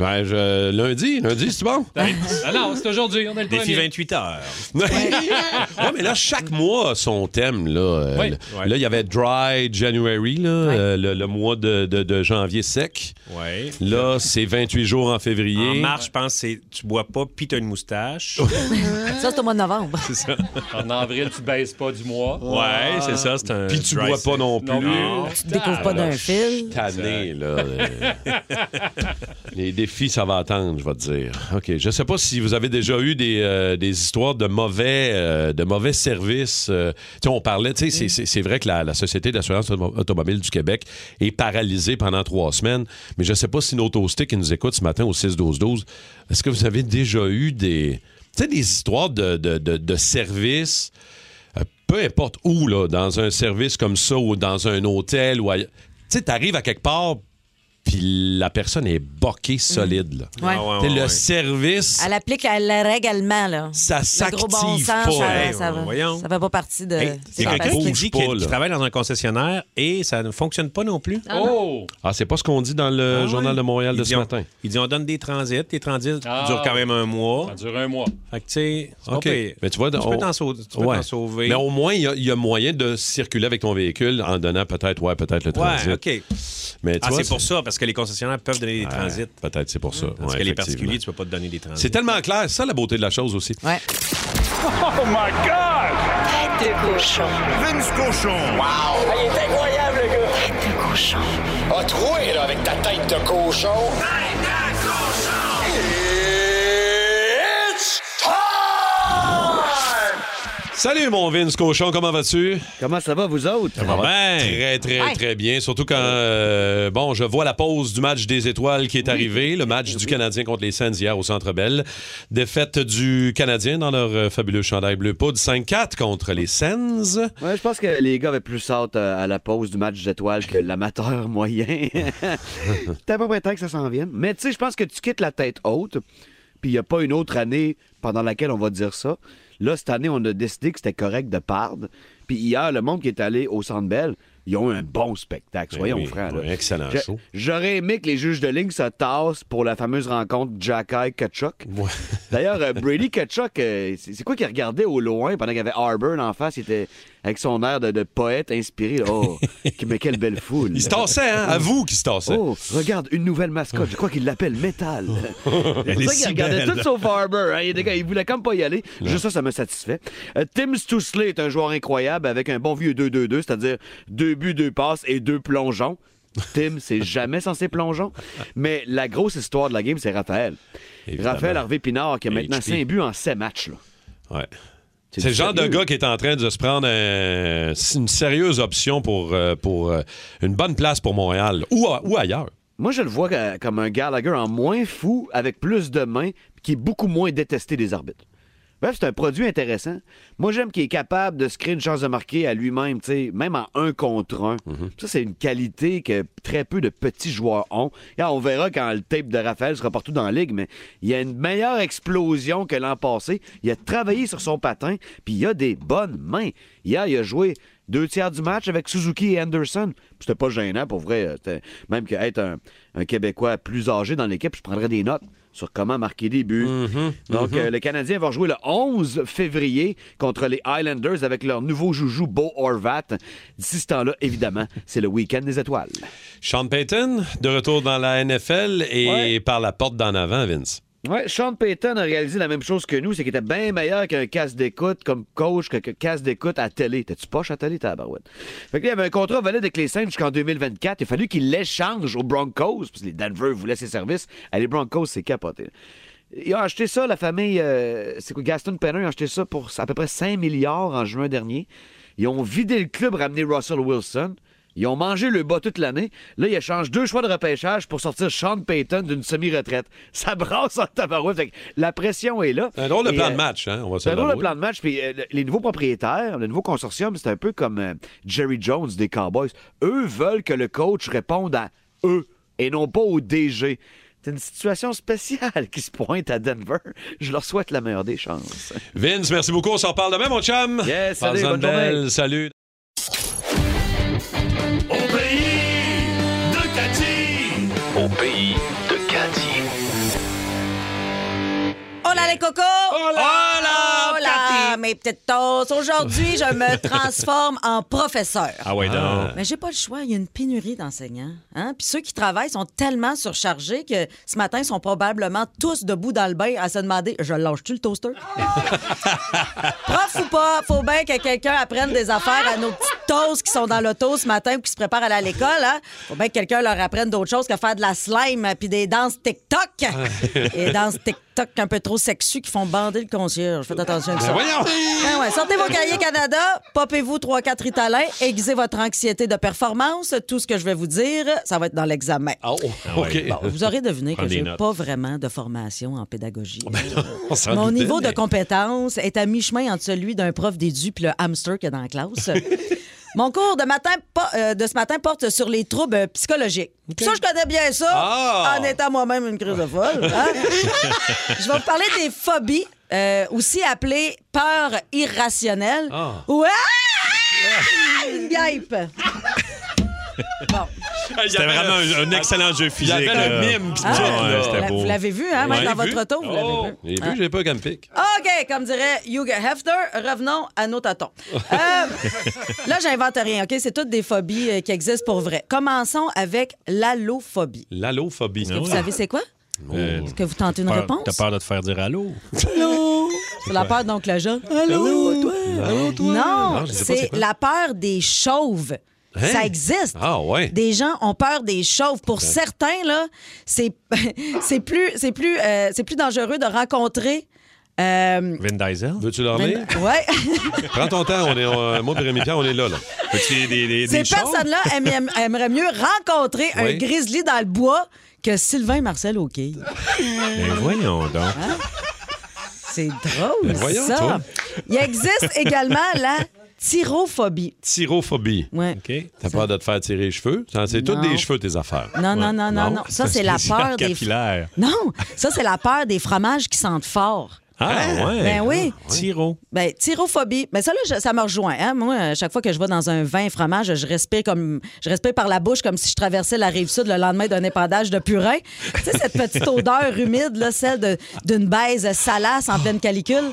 [SPEAKER 4] Ouais, je- lundi, lundi, c'est bon?
[SPEAKER 3] Ah non, c'est aujourd'hui, on est le
[SPEAKER 2] Défi
[SPEAKER 3] premier.
[SPEAKER 2] 28 heures.
[SPEAKER 4] ouais, mais là, chaque mois a son thème. Là, Euh,
[SPEAKER 3] Oui.
[SPEAKER 4] le-
[SPEAKER 2] Ouais.
[SPEAKER 4] là il y avait Dry January, là, euh, le, le mois de, de- de janvier sec.
[SPEAKER 2] Ouais.
[SPEAKER 4] Là, c'est 28 jours en février.
[SPEAKER 2] En mars, je pense, c'est tu bois pas, puis t'as une moustache.
[SPEAKER 5] Ah, Ça, c'est au mois de novembre.
[SPEAKER 3] En avril, tu baisses pas du mois.
[SPEAKER 2] Ouais, c'est ça, c'est un.
[SPEAKER 4] Puis tu
[SPEAKER 2] dry
[SPEAKER 4] bois pas
[SPEAKER 2] season.
[SPEAKER 4] non plus.
[SPEAKER 3] Non,
[SPEAKER 2] Non.
[SPEAKER 3] plus.
[SPEAKER 5] Tu te découvres pas d'un fil.
[SPEAKER 4] Tanné, là. euh. Les défis, ça va attendre, je vais te dire. OK. Je sais pas si vous avez déjà eu des, euh, des histoires de mauvais, euh, de mauvais services. euh, tu sais, on parlait, tu sais, c'est- c'est- c'est vrai que la, la Société d'assurance auto- automobile du Québec est paralysée pendant trois semaines, mais je sais pas si nos toastés qui nous écoutent ce matin au 6-12-12, est-ce que vous avez déjà eu des, tu sais, des histoires de, de, de- de services euh, peu importe où, là, dans un service comme ça ou dans un hôtel ou ailleurs. Tu sais, t'arrives à quelque part, puis la personne est boquée solide. Là.
[SPEAKER 5] Ouais.
[SPEAKER 2] Ah ouais,
[SPEAKER 4] T'sais,
[SPEAKER 2] ouais,
[SPEAKER 4] le
[SPEAKER 2] ouais.
[SPEAKER 4] service,
[SPEAKER 5] Elle applique la, la règle allemand, là.
[SPEAKER 4] ça
[SPEAKER 5] Le gros
[SPEAKER 4] s'active
[SPEAKER 5] bon sens,
[SPEAKER 4] pas.
[SPEAKER 5] ça,
[SPEAKER 2] Hey,
[SPEAKER 5] ça, va-
[SPEAKER 2] voyons.
[SPEAKER 5] ça fait pas partie de.
[SPEAKER 2] Hey,
[SPEAKER 5] c'est
[SPEAKER 2] Il y a
[SPEAKER 5] pas
[SPEAKER 2] quelqu'un
[SPEAKER 5] facile.
[SPEAKER 2] qui
[SPEAKER 4] bouge
[SPEAKER 2] dit
[SPEAKER 4] pas,
[SPEAKER 2] qu'il
[SPEAKER 4] là.
[SPEAKER 2] qu'il travaille dans un concessionnaire et ça ne fonctionne pas non plus.
[SPEAKER 3] Oh!
[SPEAKER 4] Ah, c'est pas ce qu'on dit dans le
[SPEAKER 2] Ah
[SPEAKER 4] Journal
[SPEAKER 2] ouais.
[SPEAKER 4] de Montréal de
[SPEAKER 2] Ils
[SPEAKER 4] ce
[SPEAKER 2] disent, on-
[SPEAKER 4] matin.
[SPEAKER 2] Ils disent on donne des transits. Les transits
[SPEAKER 3] Ah.
[SPEAKER 2] durent quand même un mois.
[SPEAKER 3] Ça dure un mois.
[SPEAKER 2] Fait que, tu sais, c'est pas
[SPEAKER 4] OK.
[SPEAKER 2] pire.
[SPEAKER 4] Mais tu vois,
[SPEAKER 2] tu
[SPEAKER 4] on-
[SPEAKER 2] peux t'en sau- tu peux
[SPEAKER 4] Ouais.
[SPEAKER 2] t'en sauver.
[SPEAKER 4] Mais au moins, il y a- il y, a moyen de circuler avec ton véhicule en donnant peut-être, ouais, peut-être le transit.
[SPEAKER 2] Ouais, OK.
[SPEAKER 4] Mais tu
[SPEAKER 2] Ah,
[SPEAKER 4] vois,
[SPEAKER 2] c'est pour ça, parce que les concessionnaires peuvent donner des
[SPEAKER 4] Ouais,
[SPEAKER 2] transits.
[SPEAKER 4] Peut-être, c'est pour ça.
[SPEAKER 2] Parce
[SPEAKER 4] Ouais,
[SPEAKER 2] que les
[SPEAKER 4] effectivement.
[SPEAKER 2] particuliers, tu peux pas te donner des transits.
[SPEAKER 4] C'est tellement clair, c'est ça la beauté de la chose aussi.
[SPEAKER 5] Ouais.
[SPEAKER 1] Oh
[SPEAKER 8] Tête de cochon.
[SPEAKER 9] Vince Cochon.
[SPEAKER 1] Ah, il est incroyable, le gars!
[SPEAKER 8] Tête de cochon.
[SPEAKER 1] A troué, là, avec ta tête de cochon! Tête de cochon! It's time!
[SPEAKER 4] Salut mon Vince Cochon, comment vas-tu?
[SPEAKER 10] Comment ça va, vous autres?
[SPEAKER 4] Ça va
[SPEAKER 2] Ben.
[SPEAKER 4] Très, très,
[SPEAKER 5] Hey.
[SPEAKER 4] très bien. Surtout quand, euh, bon, je vois la pause du match des étoiles qui est arrivé, le match du Canadien contre les Sens hier au Centre Bell. Défaite du Canadien dans leur euh, fabuleux chandail bleu poudre 5-4 contre les Sens.
[SPEAKER 10] Ouais, je pense que les gars avaient plus hâte euh, à la pause du match d'étoiles que l'amateur moyen. T'as pas bien temps que ça s'en vienne. Mais tu sais, je pense que tu quittes la tête haute, puis il n'y a pas une autre année pendant laquelle on va dire ça. Là, cette année, on a décidé que c'était correct de perdre. Puis hier, le monde qui est allé au Centre Bell, ils ont eu un bon spectacle,
[SPEAKER 4] Ben
[SPEAKER 10] soyons
[SPEAKER 4] oui,
[SPEAKER 10] francs.
[SPEAKER 4] oui,
[SPEAKER 10] là.
[SPEAKER 4] excellent
[SPEAKER 10] Je-
[SPEAKER 4] show.
[SPEAKER 10] J'aurais aimé que les juges de ligne se tassent pour la fameuse rencontre Jacky Kachuk. D'ailleurs, euh, Brady Kachuk, euh, c'est c'est quoi qu'il regardait au loin pendant qu'il y avait Harburn en face? Il était avec son air de, de poète inspiré. là. Oh, que- mais quelle belle foule.
[SPEAKER 4] Il se tassait, hein? À vous qu'il se tassait.
[SPEAKER 10] Oh, regarde, une nouvelle mascotte. Je crois qu'il l'appelle Metal.
[SPEAKER 4] Elle
[SPEAKER 10] C'est
[SPEAKER 4] est
[SPEAKER 10] pour ça
[SPEAKER 4] si
[SPEAKER 10] qu'il regardait
[SPEAKER 4] belle.
[SPEAKER 10] tout sauf Harbour. hein. Il, était comme- il voulait comme pas y aller. Juste ça, ça me satisfait. Euh, Tim Stoussley est un joueur incroyable avec un bon vieux 2-2-2, c'est-à-dire deux buts, deux passes et deux plongeons. Tim, c'est jamais censé plongeon. Mais la grosse histoire de la game, c'est Raphaël.
[SPEAKER 4] Évidemment.
[SPEAKER 10] Raphaël Harvey Pinard qui a maintenant
[SPEAKER 4] HP.
[SPEAKER 10] 5 buts en 7 matchs. là.
[SPEAKER 4] Ouais.
[SPEAKER 10] C'est
[SPEAKER 4] C'est le genre de
[SPEAKER 10] sérieux.
[SPEAKER 4] gars qui est en train de se prendre un- une sérieuse option pour, euh, pour euh, une bonne place pour Montréal là, ou, a- ou ailleurs.
[SPEAKER 10] Moi, je le vois euh, comme un Gallagher en moins fou, avec plus de mains, puis qui est beaucoup moins détesté des arbitres. Bref, c'est un produit intéressant. Moi, j'aime qu'il est capable de se créer une chance de marquer à lui-même, tu sais, même en un contre un.
[SPEAKER 4] Mhm.
[SPEAKER 10] Ça, c'est une qualité que très peu de petits joueurs ont. Et on verra quand le tape de Raphaël sera partout dans la ligue, mais il y a une meilleure explosion que l'an passé. Il a travaillé sur son patin, puis il a des bonnes mains. Hier, il a joué deux tiers du match avec Suzuki et Anderson. Puis C'était pas gênant, pour vrai. Euh, c'était- Même qu'être un, un Québécois plus âgé dans l'équipe, je prendrais des notes sur comment marquer des buts. Donc,
[SPEAKER 4] mhm.
[SPEAKER 10] euh, le Canadien va jouer le 11 février contre les Islanders avec leur nouveau joujou Beau Horvat. D'ici ce temps-là, évidemment, c'est le week-end des étoiles.
[SPEAKER 4] Sean Payton, de retour dans la NFL et
[SPEAKER 10] Ouais.
[SPEAKER 4] par la porte d'en avant, Vince.
[SPEAKER 10] Ouais, Sean Payton a réalisé la même chose que nous, c'est qu'il était bien meilleur qu'un casse d'écoute comme coach, que, que casse d'écoute à télé. T'es-tu poche à télé, tabarouette? Fait que là, il avait un contrat valide avec les Saints jusqu'en 2024. Il a fallu qu'il l'échange aux Broncos, parce que les Denver voulaient ses services. À les Broncos, c'est capoté. Ils ont acheté ça, la famille, euh, c'est quoi, Gaston Penner, ils ont acheté ça pour à peu près 5 milliards en juin dernier. Ils ont vidé le club, ramené Russell Wilson. Ils ont mangé le bas toute l'année. Là, ils échangent deux choix de repêchage pour sortir Sean Payton d'une semi-retraite. Ça brasse en tabarouette. Fait que la pression est là.
[SPEAKER 4] Un drôle de
[SPEAKER 10] Et,
[SPEAKER 4] plan
[SPEAKER 10] euh,
[SPEAKER 4] de match, hein, on va se
[SPEAKER 10] c'est un drôle
[SPEAKER 4] l'avouer.
[SPEAKER 10] le plan de match. Puis euh, le- les nouveaux propriétaires, le nouveau consortium, c'est un peu comme euh, Jerry Jones des Cowboys. Eux veulent que le coach réponde à eux et non pas au DG. C'est une situation spéciale qui se pointe à Denver. Je leur souhaite la meilleure des chances.
[SPEAKER 4] Vince, merci beaucoup. On s'en reparle demain, mon chum.
[SPEAKER 10] Yes, salut,
[SPEAKER 4] Passe-en
[SPEAKER 10] bonne
[SPEAKER 4] une belle.
[SPEAKER 10] journée.
[SPEAKER 4] Salut.
[SPEAKER 1] Au pays de Cathy. Au pays de Cathy.
[SPEAKER 5] Hola les cocos! Hola! Mes petites tosses. Aujourd'hui, je me transforme en professeur.
[SPEAKER 2] Ah ouais, donc.
[SPEAKER 5] Mais j'ai pas le choix, il y a une pénurie d'enseignants. Hein? Puis ceux qui travaillent sont tellement surchargés que ce matin, ils sont probablement tous debout dans le bain à se demander Je lâche-tu le toaster? Prof ou pas, faut bien que quelqu'un apprenne des affaires à nos petites toasts qui sont dans l'auto ce matin ou qui se préparent à aller à l'école. Hein? Faut bien que quelqu'un leur apprenne d'autres choses que faire de la slime puis des danses TikTok. Et danses TikTok un peu trop sexues qui font bander le concierge. Faites attention à ça.
[SPEAKER 1] Ben voyons!
[SPEAKER 5] Ben ouais, sortez vos cahiers Canada, popez-vous 3-4 Italiens, aiguisez votre anxiété de performance. Tout ce que je vais vous dire, ça va être dans l'examen.
[SPEAKER 1] Oh, Ah
[SPEAKER 4] OK.
[SPEAKER 5] Bon, vous aurez deviné
[SPEAKER 4] Prends
[SPEAKER 5] que
[SPEAKER 4] des
[SPEAKER 5] j'ai
[SPEAKER 4] notes.
[SPEAKER 5] pas vraiment de formation en pédagogie.
[SPEAKER 4] On s'en
[SPEAKER 5] Mon
[SPEAKER 4] doutait,
[SPEAKER 5] niveau
[SPEAKER 4] mais-
[SPEAKER 5] de compétence est à mi-chemin entre celui d'un prof d'édu puis le hamster qu'il y a dans la classe. Mon cours de, matin, po- euh, de ce matin porte sur les troubles euh, psychologiques. Ça, je connais bien ça,
[SPEAKER 1] Ah!
[SPEAKER 5] en étant moi-même une crise de folle. hein. Je vais vous parler des phobies, euh, aussi appelées peurs irrationnelles.
[SPEAKER 1] Ah.
[SPEAKER 5] Ou Ah! une guêpe.
[SPEAKER 2] C'était vraiment un, un excellent jeu
[SPEAKER 4] il y
[SPEAKER 2] physique.
[SPEAKER 4] avait le
[SPEAKER 2] là.
[SPEAKER 4] mime, pis
[SPEAKER 2] Ah,
[SPEAKER 4] tout,
[SPEAKER 2] ouais,
[SPEAKER 4] là.
[SPEAKER 2] c'était
[SPEAKER 5] La-
[SPEAKER 2] beau.
[SPEAKER 5] vous l'avez vu, hein, même
[SPEAKER 4] Ouais.
[SPEAKER 5] dans
[SPEAKER 4] J'ai vu.
[SPEAKER 5] votre auto, vous l'avez vu.
[SPEAKER 4] J'ai
[SPEAKER 5] Ah.
[SPEAKER 4] vu, j'ai pas comme pic.
[SPEAKER 5] OK, comme dirait Hugh Hefter, revenons à nos tatons.
[SPEAKER 2] Euh.
[SPEAKER 5] Euh, Là, j'invente rien, OK? C'est toutes des phobies euh, qui existent pour vrai. Commençons avec l'allophobie.
[SPEAKER 4] L'allophobie.
[SPEAKER 5] Est-ce que vous savez c'est quoi?
[SPEAKER 4] Euh,
[SPEAKER 5] Est-ce que vous tentez une
[SPEAKER 6] Peur-
[SPEAKER 5] réponse?
[SPEAKER 6] T'as peur de te faire dire allô?
[SPEAKER 5] Allô? C'est la peur donc la jeune.
[SPEAKER 2] Ah,
[SPEAKER 5] Allô, toi?
[SPEAKER 6] Allô, toi?
[SPEAKER 5] Non,
[SPEAKER 6] Non, je sais pas c'est
[SPEAKER 5] c'est
[SPEAKER 6] quoi.
[SPEAKER 5] la peur des chauves.
[SPEAKER 4] Hein?
[SPEAKER 5] Ça existe.
[SPEAKER 4] Ah ouais.
[SPEAKER 5] Des gens ont peur des chauves. Pour certains, là, c'est c'est plus, c'est plus, euh, c'est plus dangereux de rencontrer... euh,
[SPEAKER 6] Vin Diesel?
[SPEAKER 4] Veux-tu dormir?
[SPEAKER 5] Ouais.
[SPEAKER 4] Prends ton temps, on est, on- moi et Rémi Pierre, on est là. là.
[SPEAKER 2] Des, des, des,
[SPEAKER 5] Ces
[SPEAKER 2] des chars?
[SPEAKER 5] personnes-là aiment- aiment- aimeraient mieux rencontrer un
[SPEAKER 2] Oui.
[SPEAKER 5] grizzly dans le bois que Sylvain Marcel au quai.
[SPEAKER 2] Ben voyons donc.
[SPEAKER 5] Hein? C'est drôle,
[SPEAKER 4] Ben voyons,
[SPEAKER 5] ça.
[SPEAKER 4] toi.
[SPEAKER 5] Il existe également la tyrophobie.
[SPEAKER 4] Tyrophobie.
[SPEAKER 5] Ouais.
[SPEAKER 4] T'as peur de te faire tirer les cheveux? Ça, C'est toutes
[SPEAKER 5] Non.
[SPEAKER 4] des cheveux, tes affaires.
[SPEAKER 5] Non, non, non, non, non. Ça, c'est la peur des. Non, ça, c'est la peur des fromages qui sentent fort.
[SPEAKER 2] Ah, ouais.
[SPEAKER 5] Ben oui.
[SPEAKER 2] Tiro.
[SPEAKER 5] Ben, tyrophobie. Mais ça, là, je- ça me rejoint. hein. Moi, à chaque fois que je vais dans un vin fromage, je respire comme, je respire par la bouche comme si je traversais la rive sud le lendemain d'un épandage de purin. tu sais, cette petite odeur humide, là, celle de- d'une baise salace en pleine calicule.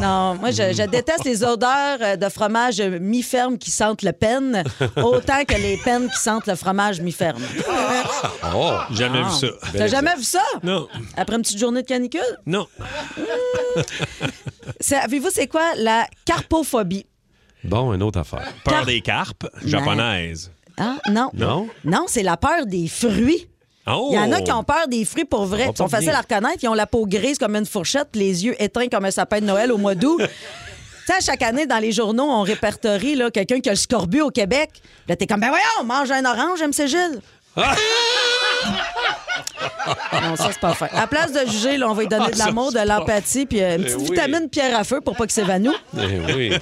[SPEAKER 5] Non, moi, je, je déteste les odeurs euh, de fromage mi-ferme qui sentent le penne autant que les pennes qui sentent le fromage mi-ferme.
[SPEAKER 4] Ah!
[SPEAKER 5] Ah.
[SPEAKER 2] Oh, jamais vu Ben, ça.
[SPEAKER 5] T'as jamais vu ça?
[SPEAKER 2] Non.
[SPEAKER 5] Après une petite journée de canicule?
[SPEAKER 2] Non.
[SPEAKER 5] Savez-vous, c'est quoi la carpophobie?
[SPEAKER 4] Bon, une autre affaire.
[SPEAKER 2] Peur des carpes japonaises.
[SPEAKER 5] Hein? Non.
[SPEAKER 2] Non?
[SPEAKER 5] Non, c'est la peur des fruits.
[SPEAKER 2] Oh!
[SPEAKER 5] Il y en a qui ont peur des fruits pour vrai.
[SPEAKER 2] va
[SPEAKER 5] Ils sont
[SPEAKER 2] pas
[SPEAKER 5] faciles
[SPEAKER 2] bien.
[SPEAKER 5] à reconnaître. Ils ont la peau grise comme une fourchette, les yeux éteints comme un sapin de Noël au mois d'août. Tu sais, chaque année, dans les journaux, on répertorie là, quelqu'un qui a le scorbut au Québec. Là, t'es comme, ben voyons, mange un orange, MC Gilles. Non, ça, c'est pas fin. À place de juger, là, on va lui donner
[SPEAKER 1] Ah,
[SPEAKER 5] de
[SPEAKER 1] ça,
[SPEAKER 5] l'amour, de
[SPEAKER 1] c'est pas-
[SPEAKER 5] l'empathie, puis euh, une petite
[SPEAKER 1] Eh oui.
[SPEAKER 5] vitamine pierre à feu pour pas qu'il s'évanouisse.
[SPEAKER 4] Eh oui.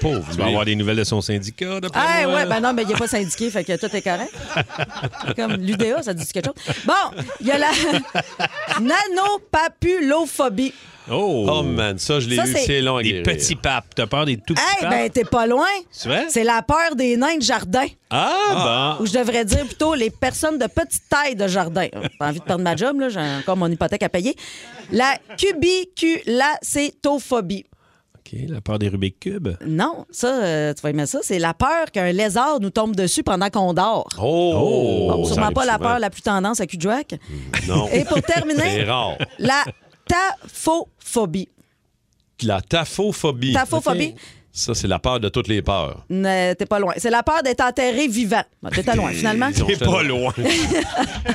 [SPEAKER 4] Pauvre.
[SPEAKER 2] Tu vas avoir des nouvelles de son syndicat,
[SPEAKER 4] Eh
[SPEAKER 2] d'après
[SPEAKER 5] Ah
[SPEAKER 2] moi.
[SPEAKER 5] ouais, ben non, mais il n'est pas syndiqué, fait que tout est correct. Comme l'UDA, ça dit quelque chose. Bon, il y a la nanopapulophobie.
[SPEAKER 2] Oh.
[SPEAKER 4] Oh man, ça, je l'ai
[SPEAKER 5] Ça,
[SPEAKER 4] eu,
[SPEAKER 5] c'est-
[SPEAKER 4] c'est long à
[SPEAKER 2] Des
[SPEAKER 4] guérir.
[SPEAKER 2] petits papes. T'as peur des tout petits
[SPEAKER 5] Hey,
[SPEAKER 2] papes?
[SPEAKER 5] ben t'es pas loin.
[SPEAKER 2] C'est vrai?
[SPEAKER 5] C'est la peur des nains de jardin.
[SPEAKER 2] Ah, bon.
[SPEAKER 5] Ou je devrais dire plutôt les personnes de petite taille de jardin. Euh, Pas envie de perdre ma job, là, j'ai encore mon hypothèque à payer. La cubiculacétophobie.
[SPEAKER 2] OK, la peur des Rubik's Cube.
[SPEAKER 5] Non, ça, euh, tu vas aimer ça, c'est la peur qu'un lézard nous tombe dessus pendant qu'on dort.
[SPEAKER 4] Oh!
[SPEAKER 5] Bon,
[SPEAKER 4] ça
[SPEAKER 5] sûrement
[SPEAKER 4] arrive
[SPEAKER 5] pas la
[SPEAKER 4] souvent.
[SPEAKER 5] peur la plus tendance à cul de jack.
[SPEAKER 4] Non.
[SPEAKER 5] Et pour terminer,
[SPEAKER 4] C'est rare.
[SPEAKER 5] La taphophobie.
[SPEAKER 4] La taphophobie.
[SPEAKER 5] Taphophobie.
[SPEAKER 4] Ok. Ça, c'est la peur de toutes les peurs.
[SPEAKER 5] Ne- T'es pas loin. C'est la peur d'être enterré vivant. Bon, T'es pas loin, finalement.
[SPEAKER 4] Ils ont
[SPEAKER 2] T'es
[SPEAKER 4] fait-
[SPEAKER 2] pas loin.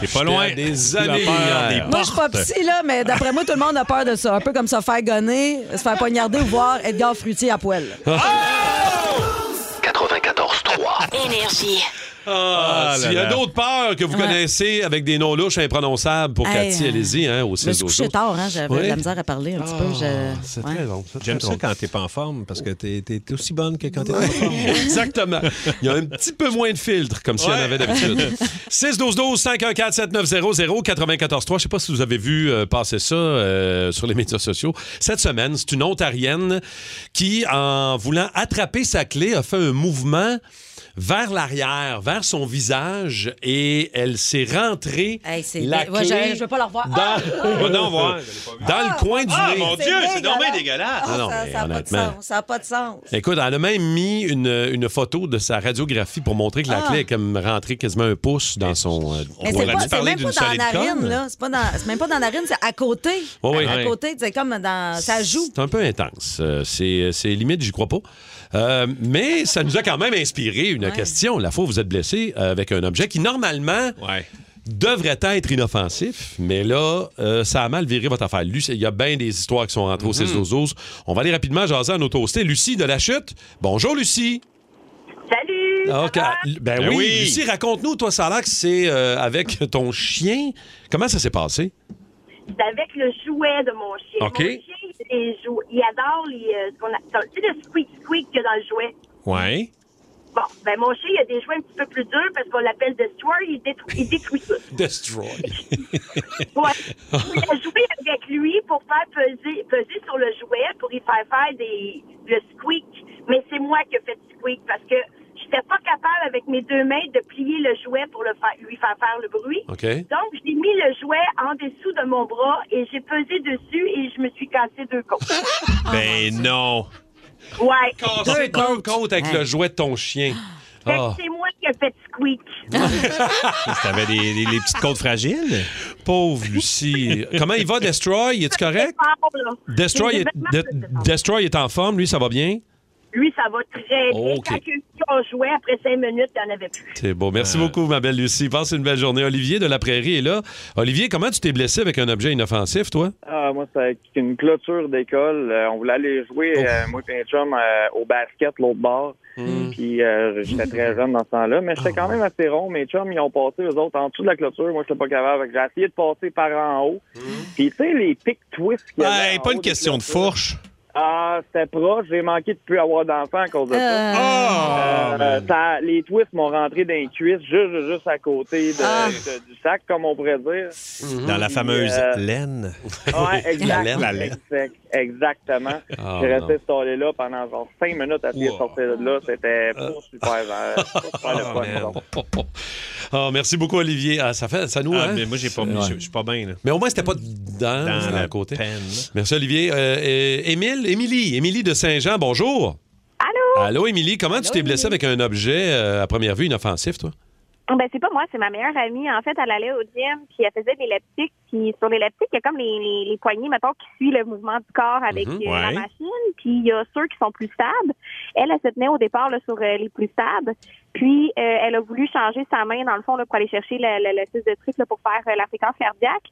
[SPEAKER 2] T'es pas loin.
[SPEAKER 4] J'étais à
[SPEAKER 2] La
[SPEAKER 4] des années
[SPEAKER 2] peur des
[SPEAKER 4] lumière.
[SPEAKER 5] Moi, je suis pas
[SPEAKER 2] portes.
[SPEAKER 5] psy, là, mais d'après moi, tout le monde a peur de ça. Un peu comme se faire gonner, se faire poignarder ou voir Edgar Fruitier à poil.
[SPEAKER 1] 94-3.
[SPEAKER 11] Énergie.
[SPEAKER 4] Ah, S'il y a
[SPEAKER 2] là.
[SPEAKER 4] d'autres peurs que vous
[SPEAKER 5] Ouais.
[SPEAKER 4] connaissez avec des noms louches imprononçables pour
[SPEAKER 5] Hey,
[SPEAKER 4] Cathy,
[SPEAKER 5] euh,
[SPEAKER 4] allez-y, hein, au
[SPEAKER 5] Je me suis
[SPEAKER 4] 6
[SPEAKER 5] couchée tard, hein, j'avais
[SPEAKER 4] Oui. Ah,
[SPEAKER 5] de la misère à parler un petit peu. je-
[SPEAKER 4] C'est
[SPEAKER 5] ouais.
[SPEAKER 4] très long. c'est
[SPEAKER 2] J'aime
[SPEAKER 4] très
[SPEAKER 2] ça
[SPEAKER 4] long.
[SPEAKER 2] quand t'es pas en forme, parce que t'es t'es- t'es aussi bonne que quand t'es pas en forme.
[SPEAKER 4] Exactement. Il y a un petit peu moins de filtres, comme s'il y en avait d'habitude. 6 12 12 514 7900 94 3 Je ne sais pas si vous avez vu euh, passer ça euh, sur les médias sociaux. Cette semaine, c'est une Ontarienne qui, en voulant attraper sa clé, a fait un mouvement vers l'arrière, vers son visage, et elle s'est rentrée
[SPEAKER 5] Hey, c'est
[SPEAKER 4] la
[SPEAKER 5] dé- ouais,
[SPEAKER 4] clé
[SPEAKER 5] je- je veux pas la revoir. Ah!
[SPEAKER 4] dans,
[SPEAKER 2] Va donc voir.
[SPEAKER 4] dans le coin du
[SPEAKER 2] Ah,
[SPEAKER 4] nez.
[SPEAKER 2] mon
[SPEAKER 5] C'est
[SPEAKER 2] Dieu, c'est
[SPEAKER 5] dégueulasse.
[SPEAKER 2] dommage dégueulasse.
[SPEAKER 5] Ah,
[SPEAKER 4] Non, non,
[SPEAKER 5] ça- ça
[SPEAKER 4] mais
[SPEAKER 5] n'a pas de
[SPEAKER 4] honnêtement.
[SPEAKER 5] sens. Ça n'a pas de sens.
[SPEAKER 4] Écoute, elle a même mis une, une photo de sa radiographie pour montrer que la
[SPEAKER 5] Ah.
[SPEAKER 4] clé est comme rentrée quasiment un pouce dans son. euh,
[SPEAKER 5] Mais
[SPEAKER 4] on
[SPEAKER 5] c'est
[SPEAKER 4] l'a
[SPEAKER 5] pas-
[SPEAKER 4] dit.
[SPEAKER 5] c'est même pas dans la narine, là. C'est pas dans- c'est même pas dans la narine, c'est à côté.
[SPEAKER 4] Oui, oui.
[SPEAKER 5] À à côté, c'est comme dans. Ça joue.
[SPEAKER 4] C'est un peu intense. Euh, C'est c'est limite, j'y crois pas. Euh, mais ça nous a quand même inspiré une question. La fois où vous êtes blessé euh, avec un objet qui, normalement,
[SPEAKER 2] Ouais.
[SPEAKER 4] devrait être inoffensif, mais là, euh, ça a mal viré votre affaire. Lucie, il y a bien des histoires qui sont rentrées au 6 12 On va aller rapidement jaser à nos toastés. Lucie de la Chute. Bonjour, Lucie.
[SPEAKER 12] Salut!
[SPEAKER 4] Ah, ok. Ben,
[SPEAKER 2] Ben
[SPEAKER 4] oui.
[SPEAKER 2] oui.
[SPEAKER 4] Lucie, raconte-nous, toi, ça a l'air que c'est euh, avec ton chien. Comment ça s'est passé?
[SPEAKER 12] C'est avec le jouet de mon chien.
[SPEAKER 4] OK.
[SPEAKER 12] Mon chien, il, les joue- il adore les. euh, ce qu'on a- tu sais, le squeak squeak qu'il y a dans le jouet.
[SPEAKER 2] Ouais.
[SPEAKER 12] Bon, ben mon chien, il a des jouets un petit peu plus durs parce qu'on l'appelle Destroyer. Il détruit, il détruit tout.
[SPEAKER 4] Destroy.
[SPEAKER 12] Ouais. Il a joué avec lui pour faire peser, peser sur le jouet, pour y faire faire des, le squeak. Mais c'est moi qui ai fait le squeak parce que j'étais pas capable avec mes deux mains de plier le jouet pour le faire, lui faire faire le bruit.
[SPEAKER 4] OK.
[SPEAKER 12] Donc, j'ai mis le jouet en dessous de mon bras et j'ai pesé dessus et je me suis cassé deux côtes.
[SPEAKER 2] Ben non.
[SPEAKER 12] Ouais.
[SPEAKER 4] Ah, Deux côtes avec
[SPEAKER 5] Hey.
[SPEAKER 4] le jouet de ton chien.
[SPEAKER 12] Fait que
[SPEAKER 4] Ah,
[SPEAKER 12] C'est moi qui ai fait squeak.
[SPEAKER 2] T'avais des, des- des petites côtes fragiles?
[SPEAKER 4] pauvre Lucie. Comment il va, Destroy? Es-tu correct?
[SPEAKER 12] Fort, là.
[SPEAKER 4] Destroy
[SPEAKER 12] J'ai
[SPEAKER 4] est,
[SPEAKER 12] des vêtements
[SPEAKER 4] De-
[SPEAKER 12] de défense.
[SPEAKER 4] Destroy est en forme, lui, ça va bien?
[SPEAKER 12] Lui, ça va très bien.
[SPEAKER 4] OK.
[SPEAKER 12] Quand il a eu- on jouait, après cinq minutes, il n'y en avait plus.
[SPEAKER 4] C'est beau. Merci
[SPEAKER 2] Euh.
[SPEAKER 4] beaucoup, ma belle Lucie. Passe une belle journée. Olivier de la Prairie est là. Olivier, comment tu t'es blessé avec un objet inoffensif, toi?
[SPEAKER 13] Ah, moi, c'était avec une clôture d'école. Euh, on voulait aller
[SPEAKER 2] Oh.
[SPEAKER 13] jouer, euh, moi et un chum, euh, au basket, l'autre bord.
[SPEAKER 2] Hmm.
[SPEAKER 13] Puis euh, j'étais très jeune dans ce temps-là, mais
[SPEAKER 2] Ah,
[SPEAKER 13] j'étais quand même assez rond. Mes chums, ils ont passé, eux autres, en dessous de la clôture. Moi, j'étais pas capable. Fait que J'ai
[SPEAKER 2] Hmm.
[SPEAKER 13] essayé de passer par en haut. Puis, tu sais, les pics twists qu'il y avait
[SPEAKER 2] Hey,
[SPEAKER 13] en
[SPEAKER 4] Ben,
[SPEAKER 2] pas
[SPEAKER 13] haut
[SPEAKER 2] une
[SPEAKER 13] des
[SPEAKER 2] question de
[SPEAKER 13] clôtures.
[SPEAKER 2] fourche.
[SPEAKER 13] Ah, c'était proche. J'ai manqué de plus avoir d'enfants à cause de ça.
[SPEAKER 1] Ah!
[SPEAKER 13] Euh, ça- les twists m'ont rentré dans les cuisses, juste, juste à côté de-
[SPEAKER 2] Ah!
[SPEAKER 13] de- du sac, comme on pourrait dire.
[SPEAKER 4] Mhm.
[SPEAKER 2] Dans la
[SPEAKER 13] Puis,
[SPEAKER 2] fameuse
[SPEAKER 13] euh,
[SPEAKER 2] laine.
[SPEAKER 13] Ouais, Ah, exact,
[SPEAKER 2] la laine.
[SPEAKER 13] exact- exactement.
[SPEAKER 2] Ah,
[SPEAKER 13] J'ai
[SPEAKER 2] non.
[SPEAKER 13] resté installé là pendant genre 5 minutes à essayer de
[SPEAKER 4] Wow.
[SPEAKER 13] sortir de là. C'était pas super, euh, pas super le
[SPEAKER 4] Ah,
[SPEAKER 13] fun,
[SPEAKER 4] man.
[SPEAKER 13] non.
[SPEAKER 4] Ah, merci beaucoup, Olivier. Ah, ça, fait, ça nous.
[SPEAKER 2] Ah,
[SPEAKER 4] hein?
[SPEAKER 2] mais moi, j'ai pas-
[SPEAKER 4] Ouais.
[SPEAKER 2] je- je suis pas bien, là.
[SPEAKER 4] Mais au moins, c'était pas dedans,
[SPEAKER 2] Dans
[SPEAKER 4] c'était
[SPEAKER 2] la
[SPEAKER 4] à Ah, côté.
[SPEAKER 2] peine.
[SPEAKER 4] Merci, Olivier. Euh, euh, Émile, Émilie, Émilie de Saint-Jean, bonjour. Allô. Allô, Émilie. Comment tu t'es blessée avec un objet euh, à première vue inoffensif, toi?
[SPEAKER 14] Ah, Ben, c'est pas moi, c'est ma meilleure amie. En fait, elle allait au gym, puis elle faisait de l'elliptique. Puis sur l'elliptique, il y a comme les, les, les poignées, mettons, qui suivent le mouvement du corps avec
[SPEAKER 15] Mhm,
[SPEAKER 14] euh, la
[SPEAKER 15] ouais.
[SPEAKER 14] machine. Puis il y a ceux qui sont plus stables. Elle, elle se tenait au départ là, sur euh, les plus stables. Puis euh, elle a voulu changer sa main, dans le fond, là, pour aller chercher le, le, le fils de truc là, pour faire euh, la fréquence cardiaque.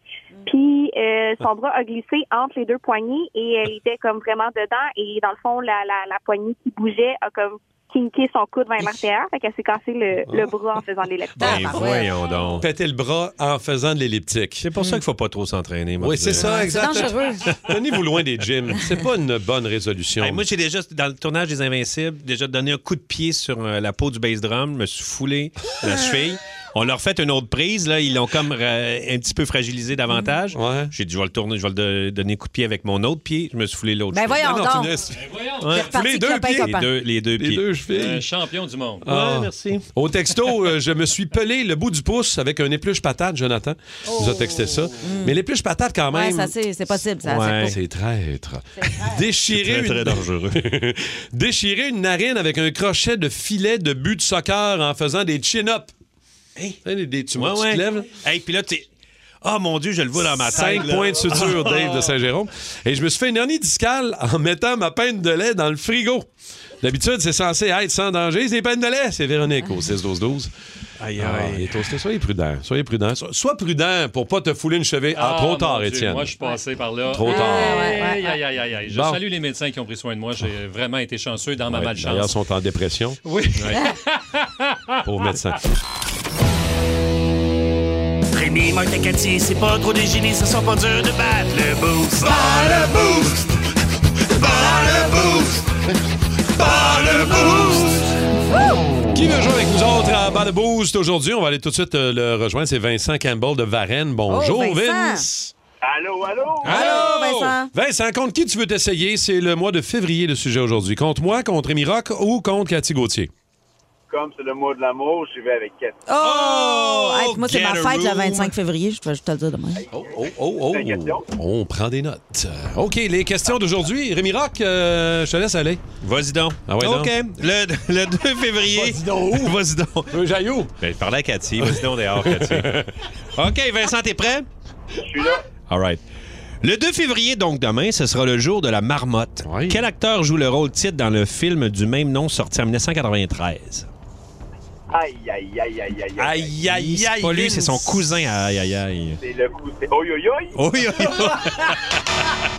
[SPEAKER 14] Puis euh, son bras a glissé entre les deux poignées et elle était comme vraiment dedans. Et dans le fond, la, la, la poignée qui bougeait a comme kinké son coude vers l'artère. Fait qu'elle s'est cassée le, le bras en faisant de l'elliptique.
[SPEAKER 2] Ah,
[SPEAKER 4] Ben, voyons donc. Péter le bras en faisant de l'elliptique. C'est pour ça qu'il faut pas trop s'entraîner.
[SPEAKER 2] moi,
[SPEAKER 4] Oui,
[SPEAKER 2] je
[SPEAKER 4] c'est
[SPEAKER 2] dirais.
[SPEAKER 4] ça,
[SPEAKER 2] C'est
[SPEAKER 4] exact.
[SPEAKER 2] dangereux.
[SPEAKER 4] Tenez-vous loin des gyms. C'est pas une bonne résolution.
[SPEAKER 2] Hey, moi, j'ai déjà, dans le tournage des Invincibles, déjà donné un coup de pied sur euh, la peau du bass drum. Je me suis foulé la cheville. On leur fait une autre prise. Là, ils l'ont comme euh, un petit peu fragilisé
[SPEAKER 4] Mm.
[SPEAKER 2] davantage. J'ai dit, je vais le tourner, je vais le do- donner un coup de pied avec mon autre pied. Je me suis foulé l'autre
[SPEAKER 5] Ben
[SPEAKER 2] cheville.
[SPEAKER 5] voyons
[SPEAKER 2] tu
[SPEAKER 5] donc.
[SPEAKER 2] me laisses-
[SPEAKER 5] Ben
[SPEAKER 3] voyons.
[SPEAKER 2] Ouais.
[SPEAKER 5] T'es reparti
[SPEAKER 2] Foulé les deux
[SPEAKER 5] clopin,
[SPEAKER 2] pieds.
[SPEAKER 5] copin.
[SPEAKER 2] Les deux, les deux
[SPEAKER 4] Les
[SPEAKER 2] pieds.
[SPEAKER 4] deux chevilles.
[SPEAKER 3] Un champion du monde.
[SPEAKER 4] Ah. Au texto, euh, je me suis pelé le bout du pouce avec un épluche patate, Jonathan. Il nous a texté ça. Mais l'épluche patate, quand
[SPEAKER 5] Ouais,
[SPEAKER 4] même.
[SPEAKER 5] ça, c'est c'est possible, ça.
[SPEAKER 4] Ouais,
[SPEAKER 5] c'est
[SPEAKER 4] c'est traître. Déchirer
[SPEAKER 2] C'est très, très dangereux.
[SPEAKER 4] Déchirer une narine avec un crochet de filet de but de soccer en faisant des chin-ups. Hein, des- des- tu
[SPEAKER 2] Ouais,
[SPEAKER 4] tu
[SPEAKER 2] ouais.
[SPEAKER 4] te lèves.
[SPEAKER 2] Hey, puis là, t'es. Oh mon Dieu, je le vois dans ma tête.
[SPEAKER 4] Cinq
[SPEAKER 2] là.
[SPEAKER 4] points de suture, Dave de Saint-Jérôme. Et je me suis fait une hernie discale en mettant ma peine de lait dans le frigo. D'habitude, c'est censé être sans danger. C'est des peines de lait. C'est Véronique au 6-12-12.
[SPEAKER 2] Aïe,
[SPEAKER 4] Ah, il est toasté. Soyez prudent. Soyez prudent. So- Sois prudent pour pas te fouler une cheville. Ah,
[SPEAKER 3] Ah,
[SPEAKER 4] trop
[SPEAKER 3] mon
[SPEAKER 4] tard,
[SPEAKER 3] Dieu,
[SPEAKER 4] Étienne.
[SPEAKER 3] Moi, je suis passé par là.
[SPEAKER 4] Trop tard.
[SPEAKER 3] Aïe,
[SPEAKER 4] Ouais, ouais,
[SPEAKER 3] aïe,
[SPEAKER 4] ouais.
[SPEAKER 3] aïe, aïe, aïe. Je
[SPEAKER 4] Bon.
[SPEAKER 3] salue les médecins qui ont pris soin de moi. J'ai vraiment été chanceux dans ma
[SPEAKER 4] Ouais, D'ailleurs, ils
[SPEAKER 3] malchance.
[SPEAKER 4] sont en dépression.
[SPEAKER 3] Oui.
[SPEAKER 4] Pauvre médecin.
[SPEAKER 1] Rémi, Marc et Cathy, c'est pas trop des génies, ça sent pas dur de battre le boost. Bat le boost! Bat le boost! Bat le boost!
[SPEAKER 4] Qui veut jouer avec nous autres à Bas de Boost aujourd'hui? On va aller tout de suite euh, le rejoindre. C'est Vincent Campbell de Varennes.
[SPEAKER 2] Oh,
[SPEAKER 4] Bonjour,
[SPEAKER 1] Oh,
[SPEAKER 4] Vince.
[SPEAKER 1] Allô, allô?
[SPEAKER 4] Vincent, contre qui tu veux t'essayer? C'est le mois de février le sujet aujourd'hui. Contre moi, contre Émy Rock ou contre Cathy Gauthier?
[SPEAKER 16] Comme c'est le mot de l'amour, j'y vais avec Cathy.
[SPEAKER 5] Oh! Hey, puis moi, c'est
[SPEAKER 4] get
[SPEAKER 5] ma
[SPEAKER 4] a
[SPEAKER 5] fête le
[SPEAKER 4] room.
[SPEAKER 5] 25 février. Je vais juste te le dire demain.
[SPEAKER 4] Oh, oh, oh. On prend des notes. Euh, OK, les questions d'aujourd'hui. Rémi Rock, euh, je te laisse aller.
[SPEAKER 2] Vas-y donc.
[SPEAKER 4] Ah ouais,
[SPEAKER 2] OK.
[SPEAKER 4] donc.
[SPEAKER 2] Le, le 2 février. Vas-y donc. Vas-y donc. Ben, je parlais à Cathy. Vas-y donc dehors, Cathy. OK, Vincent, t'es prêt?
[SPEAKER 16] Je suis là.
[SPEAKER 2] All right. Le 2 février, donc demain, ce sera le jour de la marmotte. Quel acteur joue le rôle titre dans le film du même nom sorti en 1993?
[SPEAKER 16] Aïe, aïe, aïe, aïe, aïe.
[SPEAKER 2] Aïe, aïe, aïe. Pas lui, c'est son cousin. Aïe, aïe, aïe.
[SPEAKER 16] C'est le coup. C'est oi, oi, oi.
[SPEAKER 2] Oui, oui,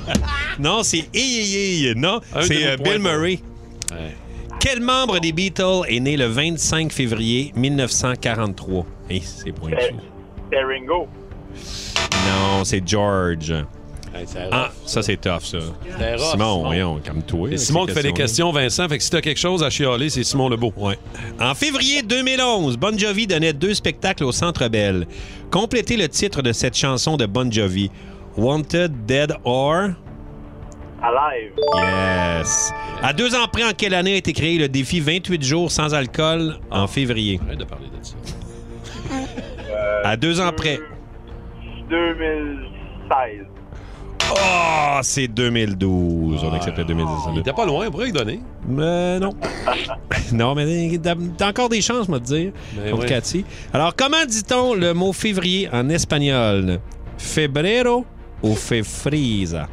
[SPEAKER 2] oui. non, c'est Iyeye. Non,
[SPEAKER 4] Un
[SPEAKER 2] c'est euh,
[SPEAKER 4] demi-point
[SPEAKER 2] Bill
[SPEAKER 4] pour-
[SPEAKER 2] Murray. Quel membre des Beatles est né le 25 février 1943? Eh, c'est
[SPEAKER 4] Euh.
[SPEAKER 2] pointu.
[SPEAKER 16] C'est Ringo.
[SPEAKER 2] Non, c'est George.
[SPEAKER 4] c'est
[SPEAKER 2] Ah, ça, c'est tough, ça.
[SPEAKER 4] C'est rough,
[SPEAKER 2] Simon,
[SPEAKER 4] Simon.
[SPEAKER 2] voyons, calme-toi.
[SPEAKER 4] C'est
[SPEAKER 2] avec
[SPEAKER 4] Simon
[SPEAKER 2] hein, ces
[SPEAKER 4] qui fait des
[SPEAKER 2] questions-là.
[SPEAKER 4] questions, Vincent. Fait que si t'as quelque chose à chialer, c'est Simon Lebeau.
[SPEAKER 2] Ouais. En février 2011, Bon Jovi donnait deux spectacles au Centre Bell. Complétez le titre de cette chanson de Bon Jovi. Wanted, Dead or...
[SPEAKER 16] Alive.
[SPEAKER 2] Yes. À deux ans près, en quelle année a été créé le défi 28 jours sans alcool en février?
[SPEAKER 4] Arrête de parler de ça.
[SPEAKER 2] À deux ans près.
[SPEAKER 16] 2016.
[SPEAKER 2] Oh, c'est 2012. On acceptait 2019. Il
[SPEAKER 4] était pas loin, on pourrait y donner.
[SPEAKER 2] Mais non. non, mais t'as t'as encore des chances, moi, de dire,
[SPEAKER 4] Mais
[SPEAKER 2] pour
[SPEAKER 4] Ben oui.
[SPEAKER 2] Cathy. Alors, comment dit-on le mot février en espagnol? Febrero ou fefrisa?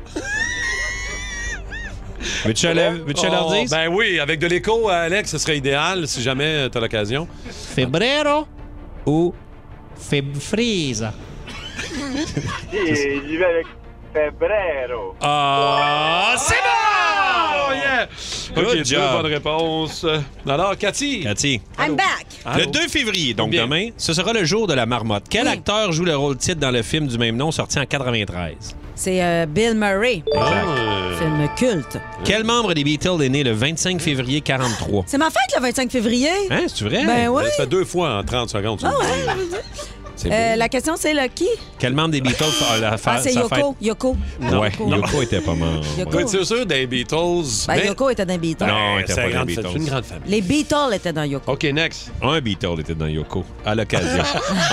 [SPEAKER 2] Veux-tu que je le- veux-tu que je leur
[SPEAKER 4] Oh,
[SPEAKER 2] dise?
[SPEAKER 4] Ben oui, avec de l'écho, à Alex, ce serait idéal si jamais euh, t'as l'occasion.
[SPEAKER 2] Febrero ou fefrisa?
[SPEAKER 16] Et j'y vais avec Febrero.
[SPEAKER 4] Ah, c'est bon! Yeah!
[SPEAKER 2] Good
[SPEAKER 4] OK, deux
[SPEAKER 2] job.
[SPEAKER 4] bonnes réponses. Alors, Cathy.
[SPEAKER 2] Cathy.
[SPEAKER 5] I'm back.
[SPEAKER 2] Le 2 février, donc demain, ce sera le jour de la marmotte. Quel acteur joue le rôle titre dans le film du même nom sorti en 93?
[SPEAKER 5] C'est euh, Bill Murray. Film culte.
[SPEAKER 2] Quel membre des Beatles est né le 25 février 43?
[SPEAKER 5] C'est ma fête le 25 février.
[SPEAKER 2] Hein, c'est vrai?
[SPEAKER 5] Ben oui.
[SPEAKER 2] fait deux fois en 30 secondes.
[SPEAKER 5] Ah ouais.
[SPEAKER 2] C'est
[SPEAKER 5] Euh,
[SPEAKER 2] beau.
[SPEAKER 5] la question, c'est le qui?
[SPEAKER 2] Quel membre des Beatles a la fa-
[SPEAKER 5] Ah, c'est
[SPEAKER 2] sa
[SPEAKER 5] Yoko. Yoko.
[SPEAKER 2] fête? Ouais,
[SPEAKER 5] Yoko.
[SPEAKER 2] Yoko était pas mort.
[SPEAKER 5] Yoko.
[SPEAKER 4] Ouais, C'est sûr des Beatles.
[SPEAKER 5] Ben,
[SPEAKER 4] mais-
[SPEAKER 5] Yoko était dans les Beatles.
[SPEAKER 2] Non, elle était
[SPEAKER 4] c'est
[SPEAKER 2] pas
[SPEAKER 4] la grande-
[SPEAKER 2] dans les Beatles.
[SPEAKER 4] c'est une grande famille.
[SPEAKER 5] Les Beatles étaient dans Yoko.
[SPEAKER 2] OK, next. Un Beatle était dans Yoko, à l'occasion.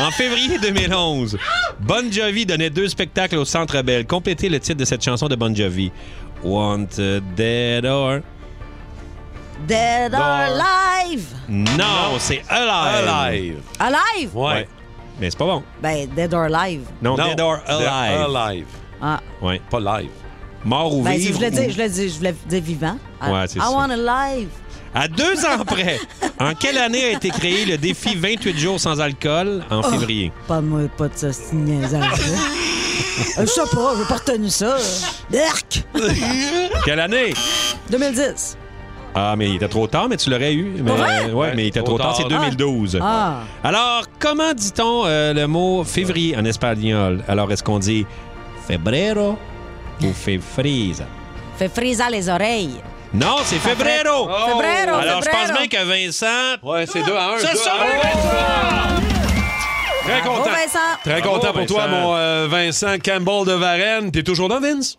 [SPEAKER 2] en février 2011, Bon Jovi donnait deux spectacles au Centre Bell. Complétez le titre de cette chanson de Bon Jovi. Wanted Dead or...
[SPEAKER 5] Dead or Alive.
[SPEAKER 2] Non, c'est Alive. Alive.
[SPEAKER 5] Alive?
[SPEAKER 2] Ouais. Mais c'est pas bon.
[SPEAKER 5] Ben, Dead or Alive.
[SPEAKER 2] Non, Dead or Alive.
[SPEAKER 4] Alive.
[SPEAKER 5] Ah.
[SPEAKER 2] Ouais. Pas live. Mort ou
[SPEAKER 5] Ben, si je
[SPEAKER 2] vivre.
[SPEAKER 5] voulais
[SPEAKER 2] ou-
[SPEAKER 5] dire, je voulais dire, je voulais dire vivant. I-
[SPEAKER 2] Ouais, c'est
[SPEAKER 5] I
[SPEAKER 2] ça.
[SPEAKER 5] want alive.
[SPEAKER 2] À deux ans près, en quelle année a été créé le défi 28 jours sans alcool en
[SPEAKER 5] Oh.
[SPEAKER 2] février?
[SPEAKER 5] Pas de moi, pas de ça, c'est une niaisage, là. Euh, Je sais pas, j'ai pas retenu ça. Berk!
[SPEAKER 2] Quelle année?
[SPEAKER 5] 2010.
[SPEAKER 2] Ah, mais il était trop tard, mais tu l'aurais eu. Mais,
[SPEAKER 5] vrai?
[SPEAKER 2] ouais, mais il était trop, tard, c'est 2012.
[SPEAKER 5] Ah.
[SPEAKER 2] Alors, comment dit-on euh, le mot février en espagnol? Alors, est-ce qu'on dit febrero ou fefrise?
[SPEAKER 5] Fait friser les oreilles.
[SPEAKER 2] Non, c'est febrero!
[SPEAKER 5] Oh. Febrero,
[SPEAKER 2] Alors, je pense
[SPEAKER 5] febrero.
[SPEAKER 2] bien que Vincent.
[SPEAKER 4] Ouais, c'est 2 à 1.
[SPEAKER 2] C'est ça,
[SPEAKER 4] Très
[SPEAKER 5] Bravo,
[SPEAKER 4] content.
[SPEAKER 5] Vincent.
[SPEAKER 4] Très
[SPEAKER 2] Bravo,
[SPEAKER 4] content pour toi,
[SPEAKER 2] Vincent.
[SPEAKER 4] mon euh, Vincent Campbell de Varennes. T'es toujours là, Vince?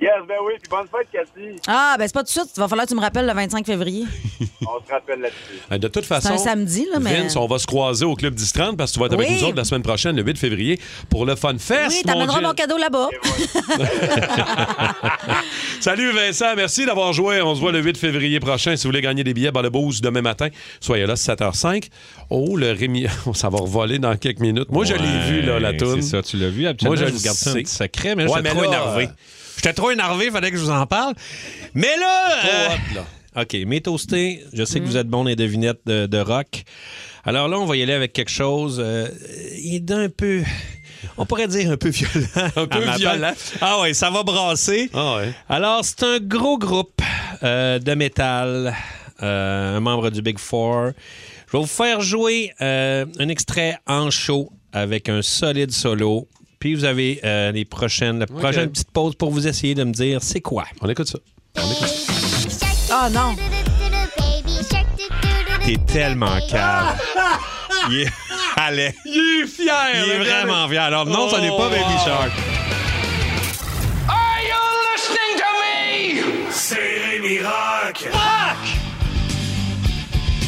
[SPEAKER 16] Yes, ben oui, puis bonne fête, Cathy.
[SPEAKER 5] Ah, ben c'est pas tout de suite. Il va falloir que tu me rappelles le 25 février.
[SPEAKER 16] On se rappelle là-dessus.
[SPEAKER 4] Euh, De toute façon,
[SPEAKER 5] un samedi, là, mais-
[SPEAKER 4] Vince, on va se croiser au Club 1030 parce que tu vas être avec
[SPEAKER 5] Oui.
[SPEAKER 4] nous autres la semaine prochaine, le 8 février, pour le Fun Fest.
[SPEAKER 5] oui, t'amèneras
[SPEAKER 4] Gilles.
[SPEAKER 5] mon cadeau là-bas.
[SPEAKER 4] Salut Vincent, merci d'avoir joué. On se voit le 8 février prochain. Si vous voulez gagner des billets, ben, le Bose demain matin, soyez là, 7h05. Oh, le Rémi, ça va revoler dans quelques minutes. Moi, je l'ai vu, là, la toune.
[SPEAKER 2] C'est ça, tu l'as vu. Habituellement,
[SPEAKER 4] Moi, je
[SPEAKER 2] je
[SPEAKER 4] le
[SPEAKER 2] vous garde ça un
[SPEAKER 4] sais.
[SPEAKER 2] petit secret, mais
[SPEAKER 4] Ouais,
[SPEAKER 2] j'étais
[SPEAKER 4] mais
[SPEAKER 2] trop
[SPEAKER 4] là,
[SPEAKER 2] énervé.
[SPEAKER 4] euh,
[SPEAKER 2] J'étais trop énervé, fallait que je vous en parle. Mais là...
[SPEAKER 4] Trop
[SPEAKER 2] euh,
[SPEAKER 4] hot, là.
[SPEAKER 2] OK, mes toastés, je
[SPEAKER 5] Mm.
[SPEAKER 2] sais que vous êtes bons dans les devinettes de, de rock. Alors là, on va y aller avec quelque chose euh, il est d'un peu... On pourrait dire un peu violent. Un
[SPEAKER 4] peu violent.
[SPEAKER 2] Ah ouais, ça va brasser.
[SPEAKER 4] Ah
[SPEAKER 2] Alors, c'est un gros groupe euh, de métal, euh, un membre du Big Four. Je vais vous faire jouer euh, un extrait en show avec un solide solo. Puis vous avez euh, les prochaines, la prochaine petite pause pour vous essayer de me dire c'est quoi.
[SPEAKER 4] On écoute ça.
[SPEAKER 5] Ah non.
[SPEAKER 2] T'es tellement
[SPEAKER 1] Ah!
[SPEAKER 2] calme. Il est... Allez.
[SPEAKER 4] Il est fier.
[SPEAKER 2] Il est vraiment fier. Alors non, ça n'est
[SPEAKER 4] Oh!
[SPEAKER 2] pas Baby Shark.
[SPEAKER 1] Are you listening to me? C'est Rémi Rock. Rock!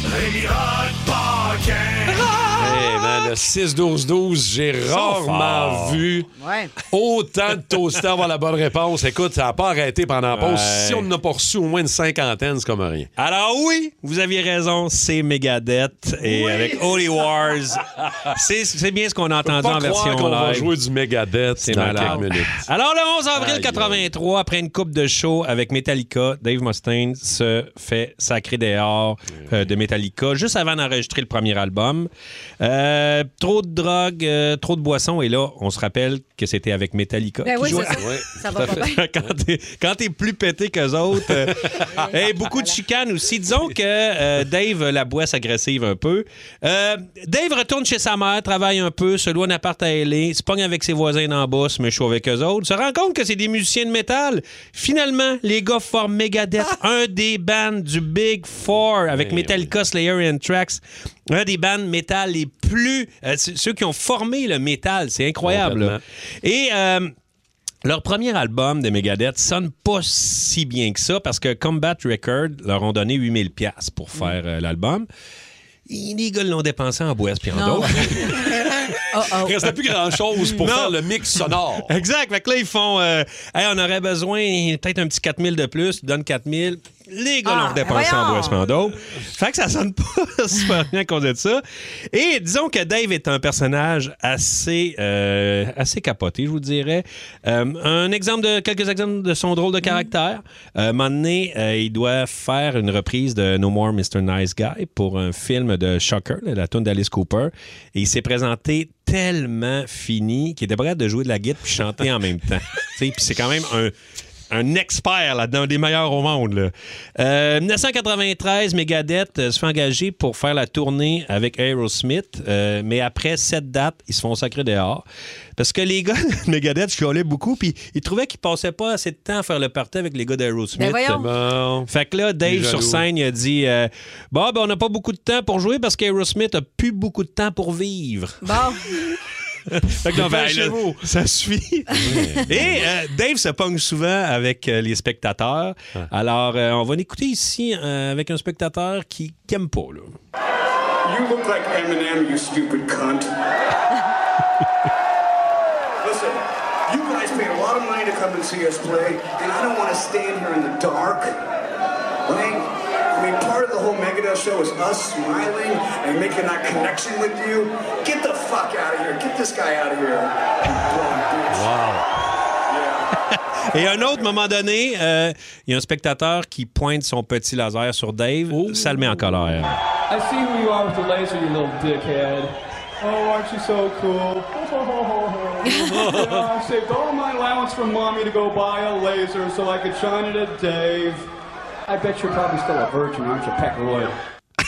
[SPEAKER 1] Rémi Rock Paquin.
[SPEAKER 4] Hey, man, Eh ben, le 6-12-12, j'ai rarement
[SPEAKER 2] forts.
[SPEAKER 4] vu
[SPEAKER 5] Ouais.
[SPEAKER 4] autant de toasters avoir la bonne réponse. Écoute, ça n'a pas arrêté pendant la pause.
[SPEAKER 2] Ouais.
[SPEAKER 4] Si on n'a pas reçu au moins une cinquantaine, c'est comme rien.
[SPEAKER 2] Alors oui, vous aviez raison, c'est Megadeth et avec Holy Wars. c'est c'est bien ce qu'on a entendu en
[SPEAKER 4] Pas croire
[SPEAKER 2] version
[SPEAKER 4] qu'on va
[SPEAKER 2] live.
[SPEAKER 4] jouer du Megadeth
[SPEAKER 2] C'est
[SPEAKER 4] dans
[SPEAKER 2] malade.
[SPEAKER 4] quelques minutes.
[SPEAKER 2] Alors, le 11 avril
[SPEAKER 4] Aïe,
[SPEAKER 2] 83, après une coupe de show avec Metallica, Dave Mustaine se fait sacrer dehors
[SPEAKER 4] Eh
[SPEAKER 2] euh, de Metallica juste avant d'enregistrer le premier album. Euh, trop de drogue, euh, trop de boissons. Et là, on se rappelle que c'était avec Metallica.
[SPEAKER 5] Ben
[SPEAKER 2] qui
[SPEAKER 5] oui,
[SPEAKER 2] jouait.
[SPEAKER 5] c'est ça. Ouais, Ça va tout à pas fait.
[SPEAKER 2] Quand t'es- Quand t'es plus pété qu'eux autres. euh, et beaucoup de chicanes aussi. Disons que euh, Dave la boisse agressive un peu. Euh, Dave retourne chez sa mère, travaille un peu, se loue un appart à L.A., se pogne avec ses voisins d'en bas, se méchoue avec eux autres, se rend compte que c'est des musiciens de métal. Finalement, les gars forment Megadeth, un des bands du Big Four avec Metallica, Slayer et Anthrax. Un des bands métal les plus... euh, c- ceux qui ont formé le métal, c'est incroyable. là. Et... euh, leur premier album de Megadeth sonne pas si bien que ça parce que Combat Record leur ont donné 8000 pièces pour faire euh, l'album. Et Les gars l'ont dépensé en boisse puis en
[SPEAKER 4] Non.
[SPEAKER 2] d'autres.
[SPEAKER 4] Il restait plus grand-chose pour faire le mix sonore.
[SPEAKER 2] Exact. Fait que là, ils font euh, Hey, on aurait besoin peut-être un petit 4000 de plus, donne 4000. Les gars l'ont dépensé en
[SPEAKER 6] voyons.
[SPEAKER 2] boisse puis en d'autres. Fait que ça sonne pas super bien à cause de ça. Et disons que Dave est un personnage assez, euh, assez capoté, je vous dirais. Euh, un exemple de quelques exemples de son drôle de caractère. Euh, un moment donné, euh, il doit faire une reprise de No More Mr. Nice Guy pour un film de Shocker, la- la tune d'Alice Cooper. Et il s'est présenté tellement fini qu'il était prêt de jouer de la guitare puis chanter en même temps. Tu sais, Puis c'est quand même un un expert là-dedans, un des meilleurs au monde. là. Euh, 1993, Megadeth euh, se fait engager pour faire la tournée avec Aerosmith, euh, mais après cette date, ils se font sacrer dehors. Parce que les gars de Megadeth chiolaient beaucoup, puis ils trouvaient qu'ils passaient pas assez de temps à faire le party avec les gars d'Aerosmith.
[SPEAKER 6] Ben voyons.
[SPEAKER 2] Fait que là,
[SPEAKER 6] Il est
[SPEAKER 2] Dave
[SPEAKER 6] jaloux.
[SPEAKER 2] sur scène, il a dit euh, Bon, ben, on n'a pas beaucoup de temps pour jouer parce qu'Aerosmith a plus beaucoup de temps pour vivre.
[SPEAKER 5] Bon.
[SPEAKER 2] Fait que non, ben, là,
[SPEAKER 6] Dépêchez-vous.
[SPEAKER 2] ça suffit. Et euh, Dave se pogne souvent avec euh, les spectateurs. Alors, euh, on va l'écouter ici euh, avec un spectateur qui n'aime pas. là.
[SPEAKER 15] You look like Eminem, you stupid cunt. Listen, you guys paid a lot of money to come and see us play, and I don't want to stand here in the dark. Right? I mean, part of the whole Megadeth show is us smiling and making that connection with you. Get the fuck out of here. Get this guy out of here.
[SPEAKER 2] Et à un autre moment donné, euh, il y a un spectateur qui pointe son petit laser sur Dave. Ça le met en colère.
[SPEAKER 17] I see who you are with the laser, you little dickhead. Oh, aren't you so cool? yeah, I saved all my allowance from mommy to go buy a laser so I could shine it at Dave. I bet you're probably still a virgin, aren't you, Pecoroid?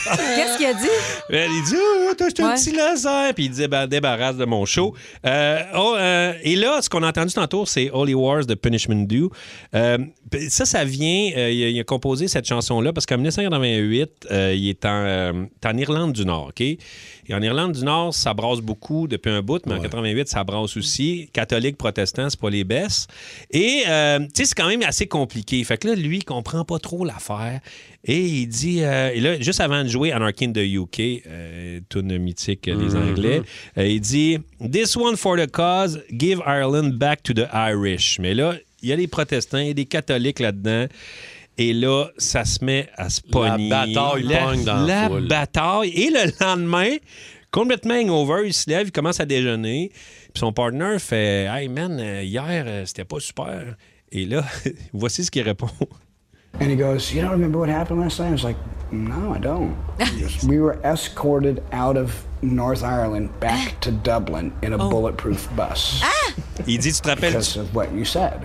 [SPEAKER 5] Qu'est-ce qu'il a dit?
[SPEAKER 2] Euh, il dit Ah, T'as acheté
[SPEAKER 5] Ouais.
[SPEAKER 2] un petit laser. Puis il dit ben, Débarrasse de mon show. Euh, oh, euh, et là, ce qu'on a entendu tantôt, c'est Holy Wars de Punishment Due. Euh, ben, ça, ça vient. euh, il, a, il a composé cette chanson-là parce qu'en 1988, euh, il est en, euh, t'es en Irlande du Nord. OK? Et en Irlande du Nord, ça brasse beaucoup depuis un bout, mais en 88, ça brasse aussi. Catholique, protestant, c'est pas les baisses. Et, euh, tu sais, c'est quand même assez compliqué. Fait que là, lui, il comprend pas trop l'affaire. Et il dit, euh, et là, juste avant de jouer Anarchy in the UK, euh, tune mythique euh, des
[SPEAKER 6] Mhm.
[SPEAKER 2] Anglais, euh, il dit This one for the cause, give Ireland back to the Irish. Mais là, il y a des protestants, il y a des catholiques là-dedans. Et là, ça se met à se pogner.
[SPEAKER 4] bataille
[SPEAKER 2] La-
[SPEAKER 4] pogne dans la
[SPEAKER 2] la
[SPEAKER 4] foule.
[SPEAKER 2] bataille. Et le lendemain, complètement hangover, il se lève, il commence à déjeuner. Puis son partner fait Hey man, euh, hier, euh, c'était pas super. Et là, voici ce qu'il répond.
[SPEAKER 18] And he goes, You don't remember what happened last night? I was like, No, I don't. we were escorted out of North Ireland back to Dublin in a bulletproof bus.
[SPEAKER 2] Il dit Tu te rappelles
[SPEAKER 18] Because of what you said.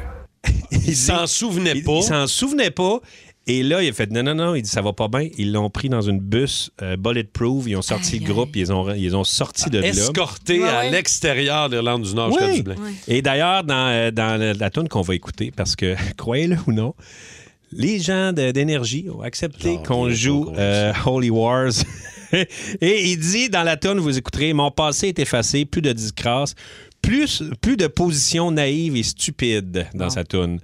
[SPEAKER 2] Il s'en souvenait pas. Il s'en souvenait pas. Et là, il a fait non, non, non, il dit ça va pas bien. Ils l'ont pris dans une bus euh, bulletproof. Ils ont sorti le groupe. Ils les ont, ils les ont sorti de là.
[SPEAKER 4] Escorté à l'extérieur de l'Irlande du Nord jusqu'à
[SPEAKER 2] Oui.
[SPEAKER 4] Dublin.
[SPEAKER 2] Et d'ailleurs, dans, euh, dans le- la tune qu'on va écouter, parce que croyez-le ou non, les gens de- d'énergie ont accepté qu'on joue euh, Holy Wars. Et il dit dans la tune, vous écouterez, mon passé est effacé, plus de disgrâce, plus, plus de positions naïves et stupides dans sa tune.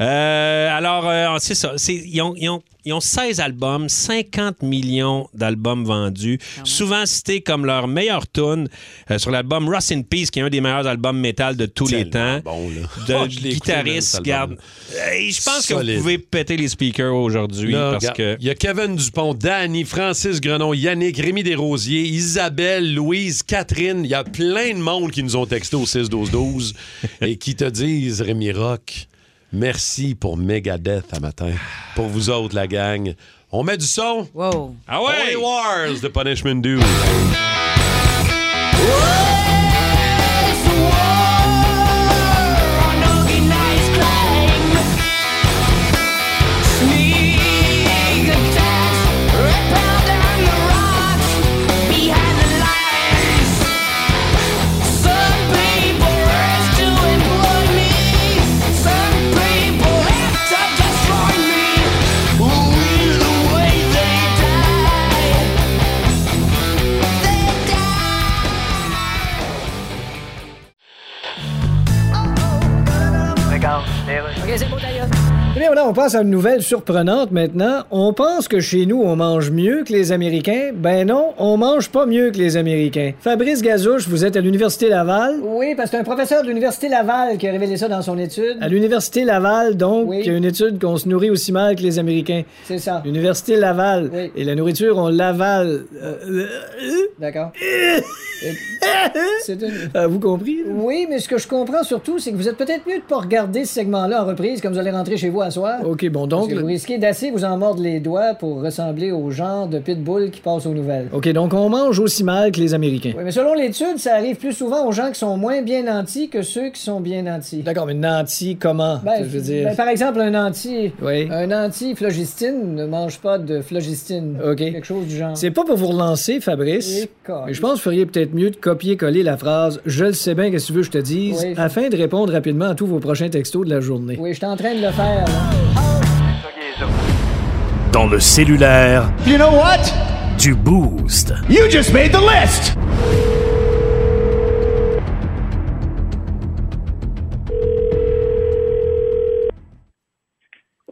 [SPEAKER 2] Euh, alors, euh, c'est ça. C'est- ils, ont, ils ont- ils ont 16 albums, 50 millions d'albums vendus, souvent cités comme leur meilleure tune euh, sur l'album Rust in Peace, qui est un des meilleurs albums métal de tous les temps. De
[SPEAKER 4] Ah, je l'ai écouté, même,
[SPEAKER 2] guitariste,
[SPEAKER 4] cet
[SPEAKER 2] garde.
[SPEAKER 4] album-là.
[SPEAKER 2] Et je pense que
[SPEAKER 4] Solide.
[SPEAKER 2] vous pouvez péter les speakers aujourd'hui
[SPEAKER 4] Là,
[SPEAKER 2] parce
[SPEAKER 4] regarde,
[SPEAKER 2] que.
[SPEAKER 4] Il y a Kevin Dupont, Danny, Francis Grenon, Yannick, Rémi Desrosiers, Isabelle, Louise, Catherine. Il y a plein de monde qui nous ont texté au 6-12-12 et qui te disent, Rémi Rock, merci pour Megadeth à matin. Pour vous autres, la gang. On met du son.
[SPEAKER 5] Wow.
[SPEAKER 4] Ah ouais? Holy Wars de Punishment Due.
[SPEAKER 7] Eh bien voilà, on passe à une nouvelle surprenante maintenant. On pense que chez nous, on mange mieux que les Américains. Ben non, on mange pas mieux que les Américains. Fabrice Gazouche, vous êtes à l'Université Laval. Oui, parce que c'est un professeur de l'Université Laval qui a révélé ça dans son étude. À l'Université Laval, donc, il y a une étude qu'on se nourrit aussi mal que les Américains. C'est ça. L'Université Laval. Et la nourriture, euh, on l'avale. D'accord. Ah, vous compris? Oui, mais ce que je comprends surtout, c'est que vous êtes peut-être mieux de pas regarder ce segment-là en reprise comme vous allez rentrer chez vous à soir. soir.
[SPEAKER 18] OK, bon,
[SPEAKER 7] Parce
[SPEAKER 18] donc.
[SPEAKER 7] que
[SPEAKER 18] le-
[SPEAKER 7] vous risquez d'assez vous en mordre les doigts pour ressembler au genre de pitbull qui passe aux nouvelles.
[SPEAKER 18] OK, donc on mange aussi mal que les Américains.
[SPEAKER 7] Oui, mais selon l'étude, ça arrive plus souvent aux gens qui sont moins bien nantis que ceux qui sont bien nantis.
[SPEAKER 18] D'accord, mais nantis, comment?
[SPEAKER 7] Ben,
[SPEAKER 18] je veux dire.
[SPEAKER 7] ben, par exemple, un nanti.
[SPEAKER 18] Oui.
[SPEAKER 7] Un nanti phlogistine ne mange pas de phlogistine.
[SPEAKER 18] OK.
[SPEAKER 7] Quelque chose du genre.
[SPEAKER 18] C'est pas pour vous relancer, Fabrice.
[SPEAKER 7] Et câlisse.
[SPEAKER 18] Mais je pense que vous feriez peut-être mieux de copier-coller la phrase Je le sais bien, qu'est-ce que tu veux que je te dise
[SPEAKER 7] Oui.
[SPEAKER 18] afin de répondre rapidement à tous vos prochains textos de la journée.
[SPEAKER 7] Oui, je suis en train de le faire, là.
[SPEAKER 1] Dans le cellulaire
[SPEAKER 15] You know what?
[SPEAKER 1] du Boost.
[SPEAKER 15] You just made the list!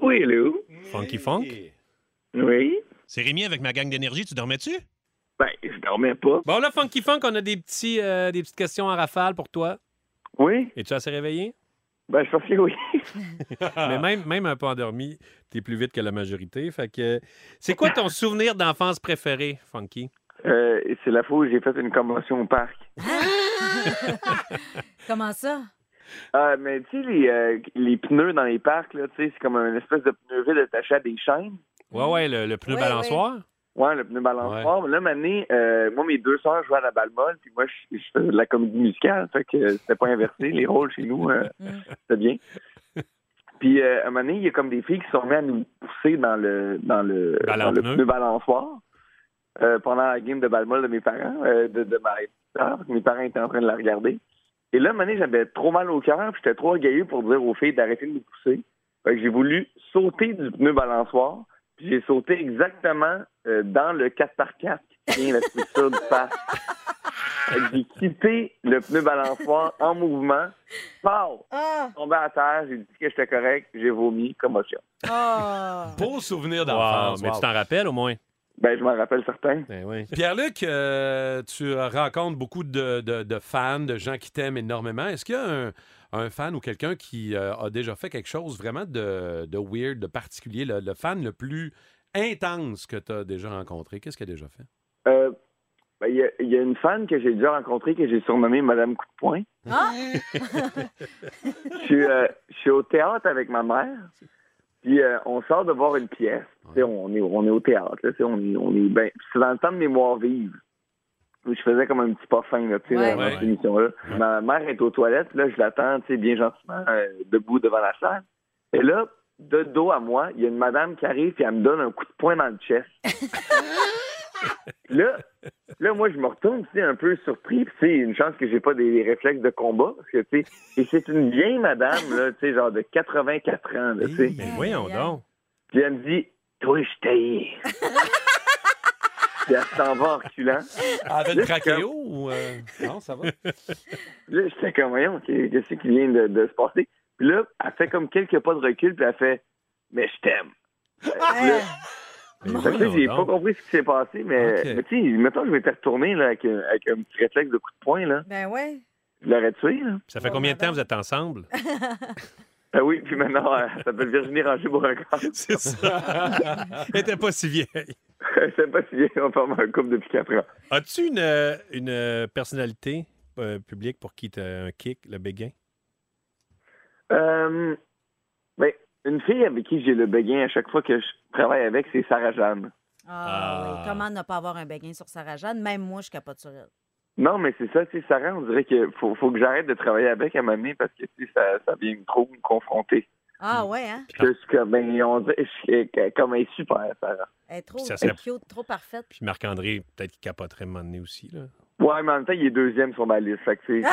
[SPEAKER 2] Oui, allô? Funky Funk?
[SPEAKER 19] Oui.
[SPEAKER 2] C'est Rémi avec ma gang d'énergie, tu dormais-tu?
[SPEAKER 19] Ben, je dormais pas.
[SPEAKER 6] Bon, là, Funky Funk, on a des, petits, euh, des petites questions en rafale pour toi.
[SPEAKER 19] Oui?
[SPEAKER 6] Es-tu assez réveillé?
[SPEAKER 19] Ben, je pense que oui.
[SPEAKER 6] Mais même, même un peu endormi, t'es plus vite que la majorité. Fait que, c'est quoi ton souvenir d'enfance préféré, Funky?
[SPEAKER 19] Euh, c'est la fois où j'ai fait une commotion au parc.
[SPEAKER 5] Comment ça?
[SPEAKER 19] Ah, mais tu sais, les, euh, les pneus dans les parcs, là, tu sais, c'est comme une espèce de pneu vide attaché à des chaînes.
[SPEAKER 6] Ouais, ouais, le, le pneu
[SPEAKER 19] Ouais,
[SPEAKER 6] balançoire.
[SPEAKER 19] Ouais, le pneu balançoire. Mais Là, mané, euh, moi, mes deux sœurs jouaient à la balle molle, puis moi, je, je faisais de la comédie musicale, fait que c'était pas inversé, les rôles chez nous, euh, c'était bien. Puis, euh, à un moment donné, il y a comme des filles qui sont venues à nous pousser dans le, dans le,
[SPEAKER 6] Balle en
[SPEAKER 19] dans le
[SPEAKER 6] pneu.
[SPEAKER 19] pneu balançoire euh, pendant la game de balle molle de mes parents, euh, de, de ma sœur, parce que mes parents étaient en train de la regarder. Et là, à un moment donné, j'avais trop mal au cœur, puis j'étais trop orgueilleux pour dire aux filles d'arrêter de nous pousser. Fait que j'ai voulu sauter du pneu balançoire, puis j'ai sauté exactement euh, dans le 4x4 qui tient la structure du parc. Fait que J'ai quitté le pneu balançoire en mouvement. Pow! Tombé à terre, j'ai dit que j'étais correct, j'ai vomi, commotion.
[SPEAKER 4] Beau souvenir
[SPEAKER 6] d'enfance.
[SPEAKER 4] d'enfance.
[SPEAKER 6] mais
[SPEAKER 4] wow.
[SPEAKER 6] tu t'en rappelles au moins?
[SPEAKER 19] Ben, je m'en rappelle certains.
[SPEAKER 4] Pierre-Luc, euh, tu rencontres beaucoup de, de- de fans, de gens qui t'aiment énormément. Est-ce qu'il y a un, un fan ou quelqu'un qui euh, a déjà fait quelque chose vraiment de, de weird, de particulier, le, le fan le plus intense que tu as déjà rencontré? Qu'est-ce qu'il a déjà fait?
[SPEAKER 19] Euh, ben, Il y, a- il y a une fan que j'ai déjà rencontrée que j'ai surnommée Madame Coup de Poing. je, suis, euh, je suis au théâtre avec ma mère. Puis euh, on sort de voir une pièce. Tu sais, On, est, on est au théâtre. là, tu sais, on est, on est ben, puis c'est dans le temps de mémoire vive. où je faisais comme un petit pas fin là, tu sais,
[SPEAKER 15] Ouais.
[SPEAKER 19] dans
[SPEAKER 15] Ouais.
[SPEAKER 19] cette émission-là. Ma mère est aux toilettes. puis Là, je l'attends tu sais, bien gentiment euh, debout devant la salle. Et là, de dos à moi, il y a une madame qui arrive et elle me donne un coup de poing dans le chest. là, là, moi, je me retourne, tu sais, un peu surpris. Puis, tu sais, une chance que j'ai pas des réflexes de combat. Parce que, tu sais, et c'est une vieille madame, là, tu sais, genre de 84 ans, là, tu sais.
[SPEAKER 6] Mais voyons donc.
[SPEAKER 19] Puis elle me dit, toi, je t'haïs. Puis elle s'en va en reculant.
[SPEAKER 4] Avec
[SPEAKER 19] Là,
[SPEAKER 4] une
[SPEAKER 19] je suis
[SPEAKER 4] craquéo
[SPEAKER 19] comme-
[SPEAKER 4] ou. euh, Non, ça va?
[SPEAKER 19] Là, j'étais comme, voyons, qu'est- qu'est-ce qui vient de, de se passer? Puis là, elle fait comme quelques pas de recul, puis elle fait, mais je t'aime. Euh, Là, Fait que là, j'ai pas compris ce qui s'est passé, mais,
[SPEAKER 15] Ok.
[SPEAKER 19] mais tu sais, mettons, je m'étais retourné là, avec, un- avec un petit réflexe de coup de poing, là.
[SPEAKER 5] Ben ouais.
[SPEAKER 19] Je l'aurais tué, là.
[SPEAKER 6] Ça fait combien de temps vous êtes ensemble?
[SPEAKER 19] Ah oui, puis maintenant, euh, elle s'appelle Virginie Ranger Beauregard.
[SPEAKER 6] C'est ça. Elle était pas si vieille.
[SPEAKER 19] Je sais pas si on forme un couple depuis 4 ans.
[SPEAKER 6] As-tu une, euh, une euh, personnalité euh, publique pour qui t'as un kick, le béguin?
[SPEAKER 19] Euh, ben, une fille avec qui j'ai le béguin à chaque fois que je travaille avec, c'est Sarah Jeanne.
[SPEAKER 5] Ah,
[SPEAKER 19] Ah.
[SPEAKER 5] oui. Comment ne pas avoir un béguin sur Sarah Jeanne? Même moi, je capote sur elle.
[SPEAKER 19] Non, mais c'est ça, tu sais, Sarah, on dirait qu'il faut, faut que j'arrête de travailler avec à un moment donné parce que tu sais, ça, ça vient me trop me confronter.
[SPEAKER 5] Ah ouais, hein?
[SPEAKER 19] Puis là, je suis comme, ben, on dirait, je suis comme un super, Sarah.
[SPEAKER 5] Elle est trop
[SPEAKER 6] Puis ça serait-
[SPEAKER 5] cute, trop parfaite.
[SPEAKER 6] Puis Marc-André, peut-être qu'il capoterait un moment donné aussi. Là.
[SPEAKER 19] Ouais, mais en même temps, il est deuxième sur ma liste. Fait que, tu sais,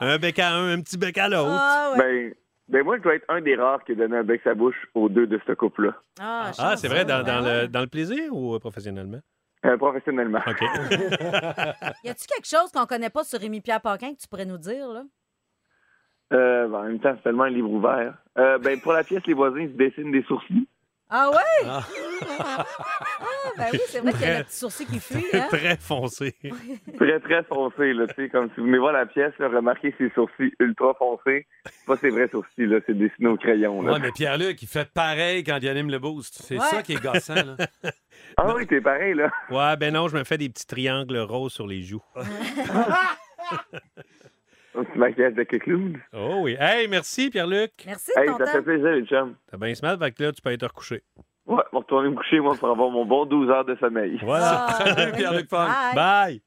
[SPEAKER 6] Un bec à un, un petit bec à l'autre.
[SPEAKER 19] ben, ben, moi, je dois être un des rares qui a donné un bec sa bouche aux deux de ce couple-là.
[SPEAKER 5] Ah,
[SPEAKER 6] Ah, c'est vrai, dans, dans le, dans le plaisir ou euh, professionnellement?
[SPEAKER 19] Euh, professionnellement.
[SPEAKER 6] OK.
[SPEAKER 5] Y a-tu quelque chose qu'on connaît pas sur Rémi Pierre Paquin que tu pourrais nous dire, là?
[SPEAKER 19] Euh, ben, en même temps, c'est tellement un livre ouvert. Euh, ben, pour la pièce, les voisins se dessinent des sourcils.
[SPEAKER 5] Ah ouais?
[SPEAKER 19] Ah.
[SPEAKER 5] Ah, ben oui, c'est vrai qu'il y a le petit sourcil qui fuit, hein?
[SPEAKER 6] Très foncé.
[SPEAKER 19] Très, très foncé, là, tu sais, comme si vous venez voir la pièce, là, remarquez ses sourcils ultra foncés. C'est Pas ses vrais sourcils, là, c'est dessiné au crayon, là.
[SPEAKER 4] Ouais, mais Pierre-Luc, il fait pareil quand il anime le boost. C'est
[SPEAKER 19] Ouais.
[SPEAKER 4] ça qui est gossant, là.
[SPEAKER 19] Ah oui, t'es pareil, là.
[SPEAKER 6] Ouais, ben non, je me fais des petits triangles roses sur les joues.
[SPEAKER 19] Un petit maquillage de clown.
[SPEAKER 2] Oh oui. Hey, merci, Pierre-Luc.
[SPEAKER 5] Merci
[SPEAKER 19] Hey, ça fait plaisir, les chums.
[SPEAKER 2] T'as bien smart, fait que là, tu peux aller te recoucher.
[SPEAKER 19] Ouais, je vais retourner me coucher, moi, pour avoir mon bon 12 heures de sommeil.
[SPEAKER 2] Voilà.
[SPEAKER 4] Salut, Pierre-Luc Funk.
[SPEAKER 2] Bye.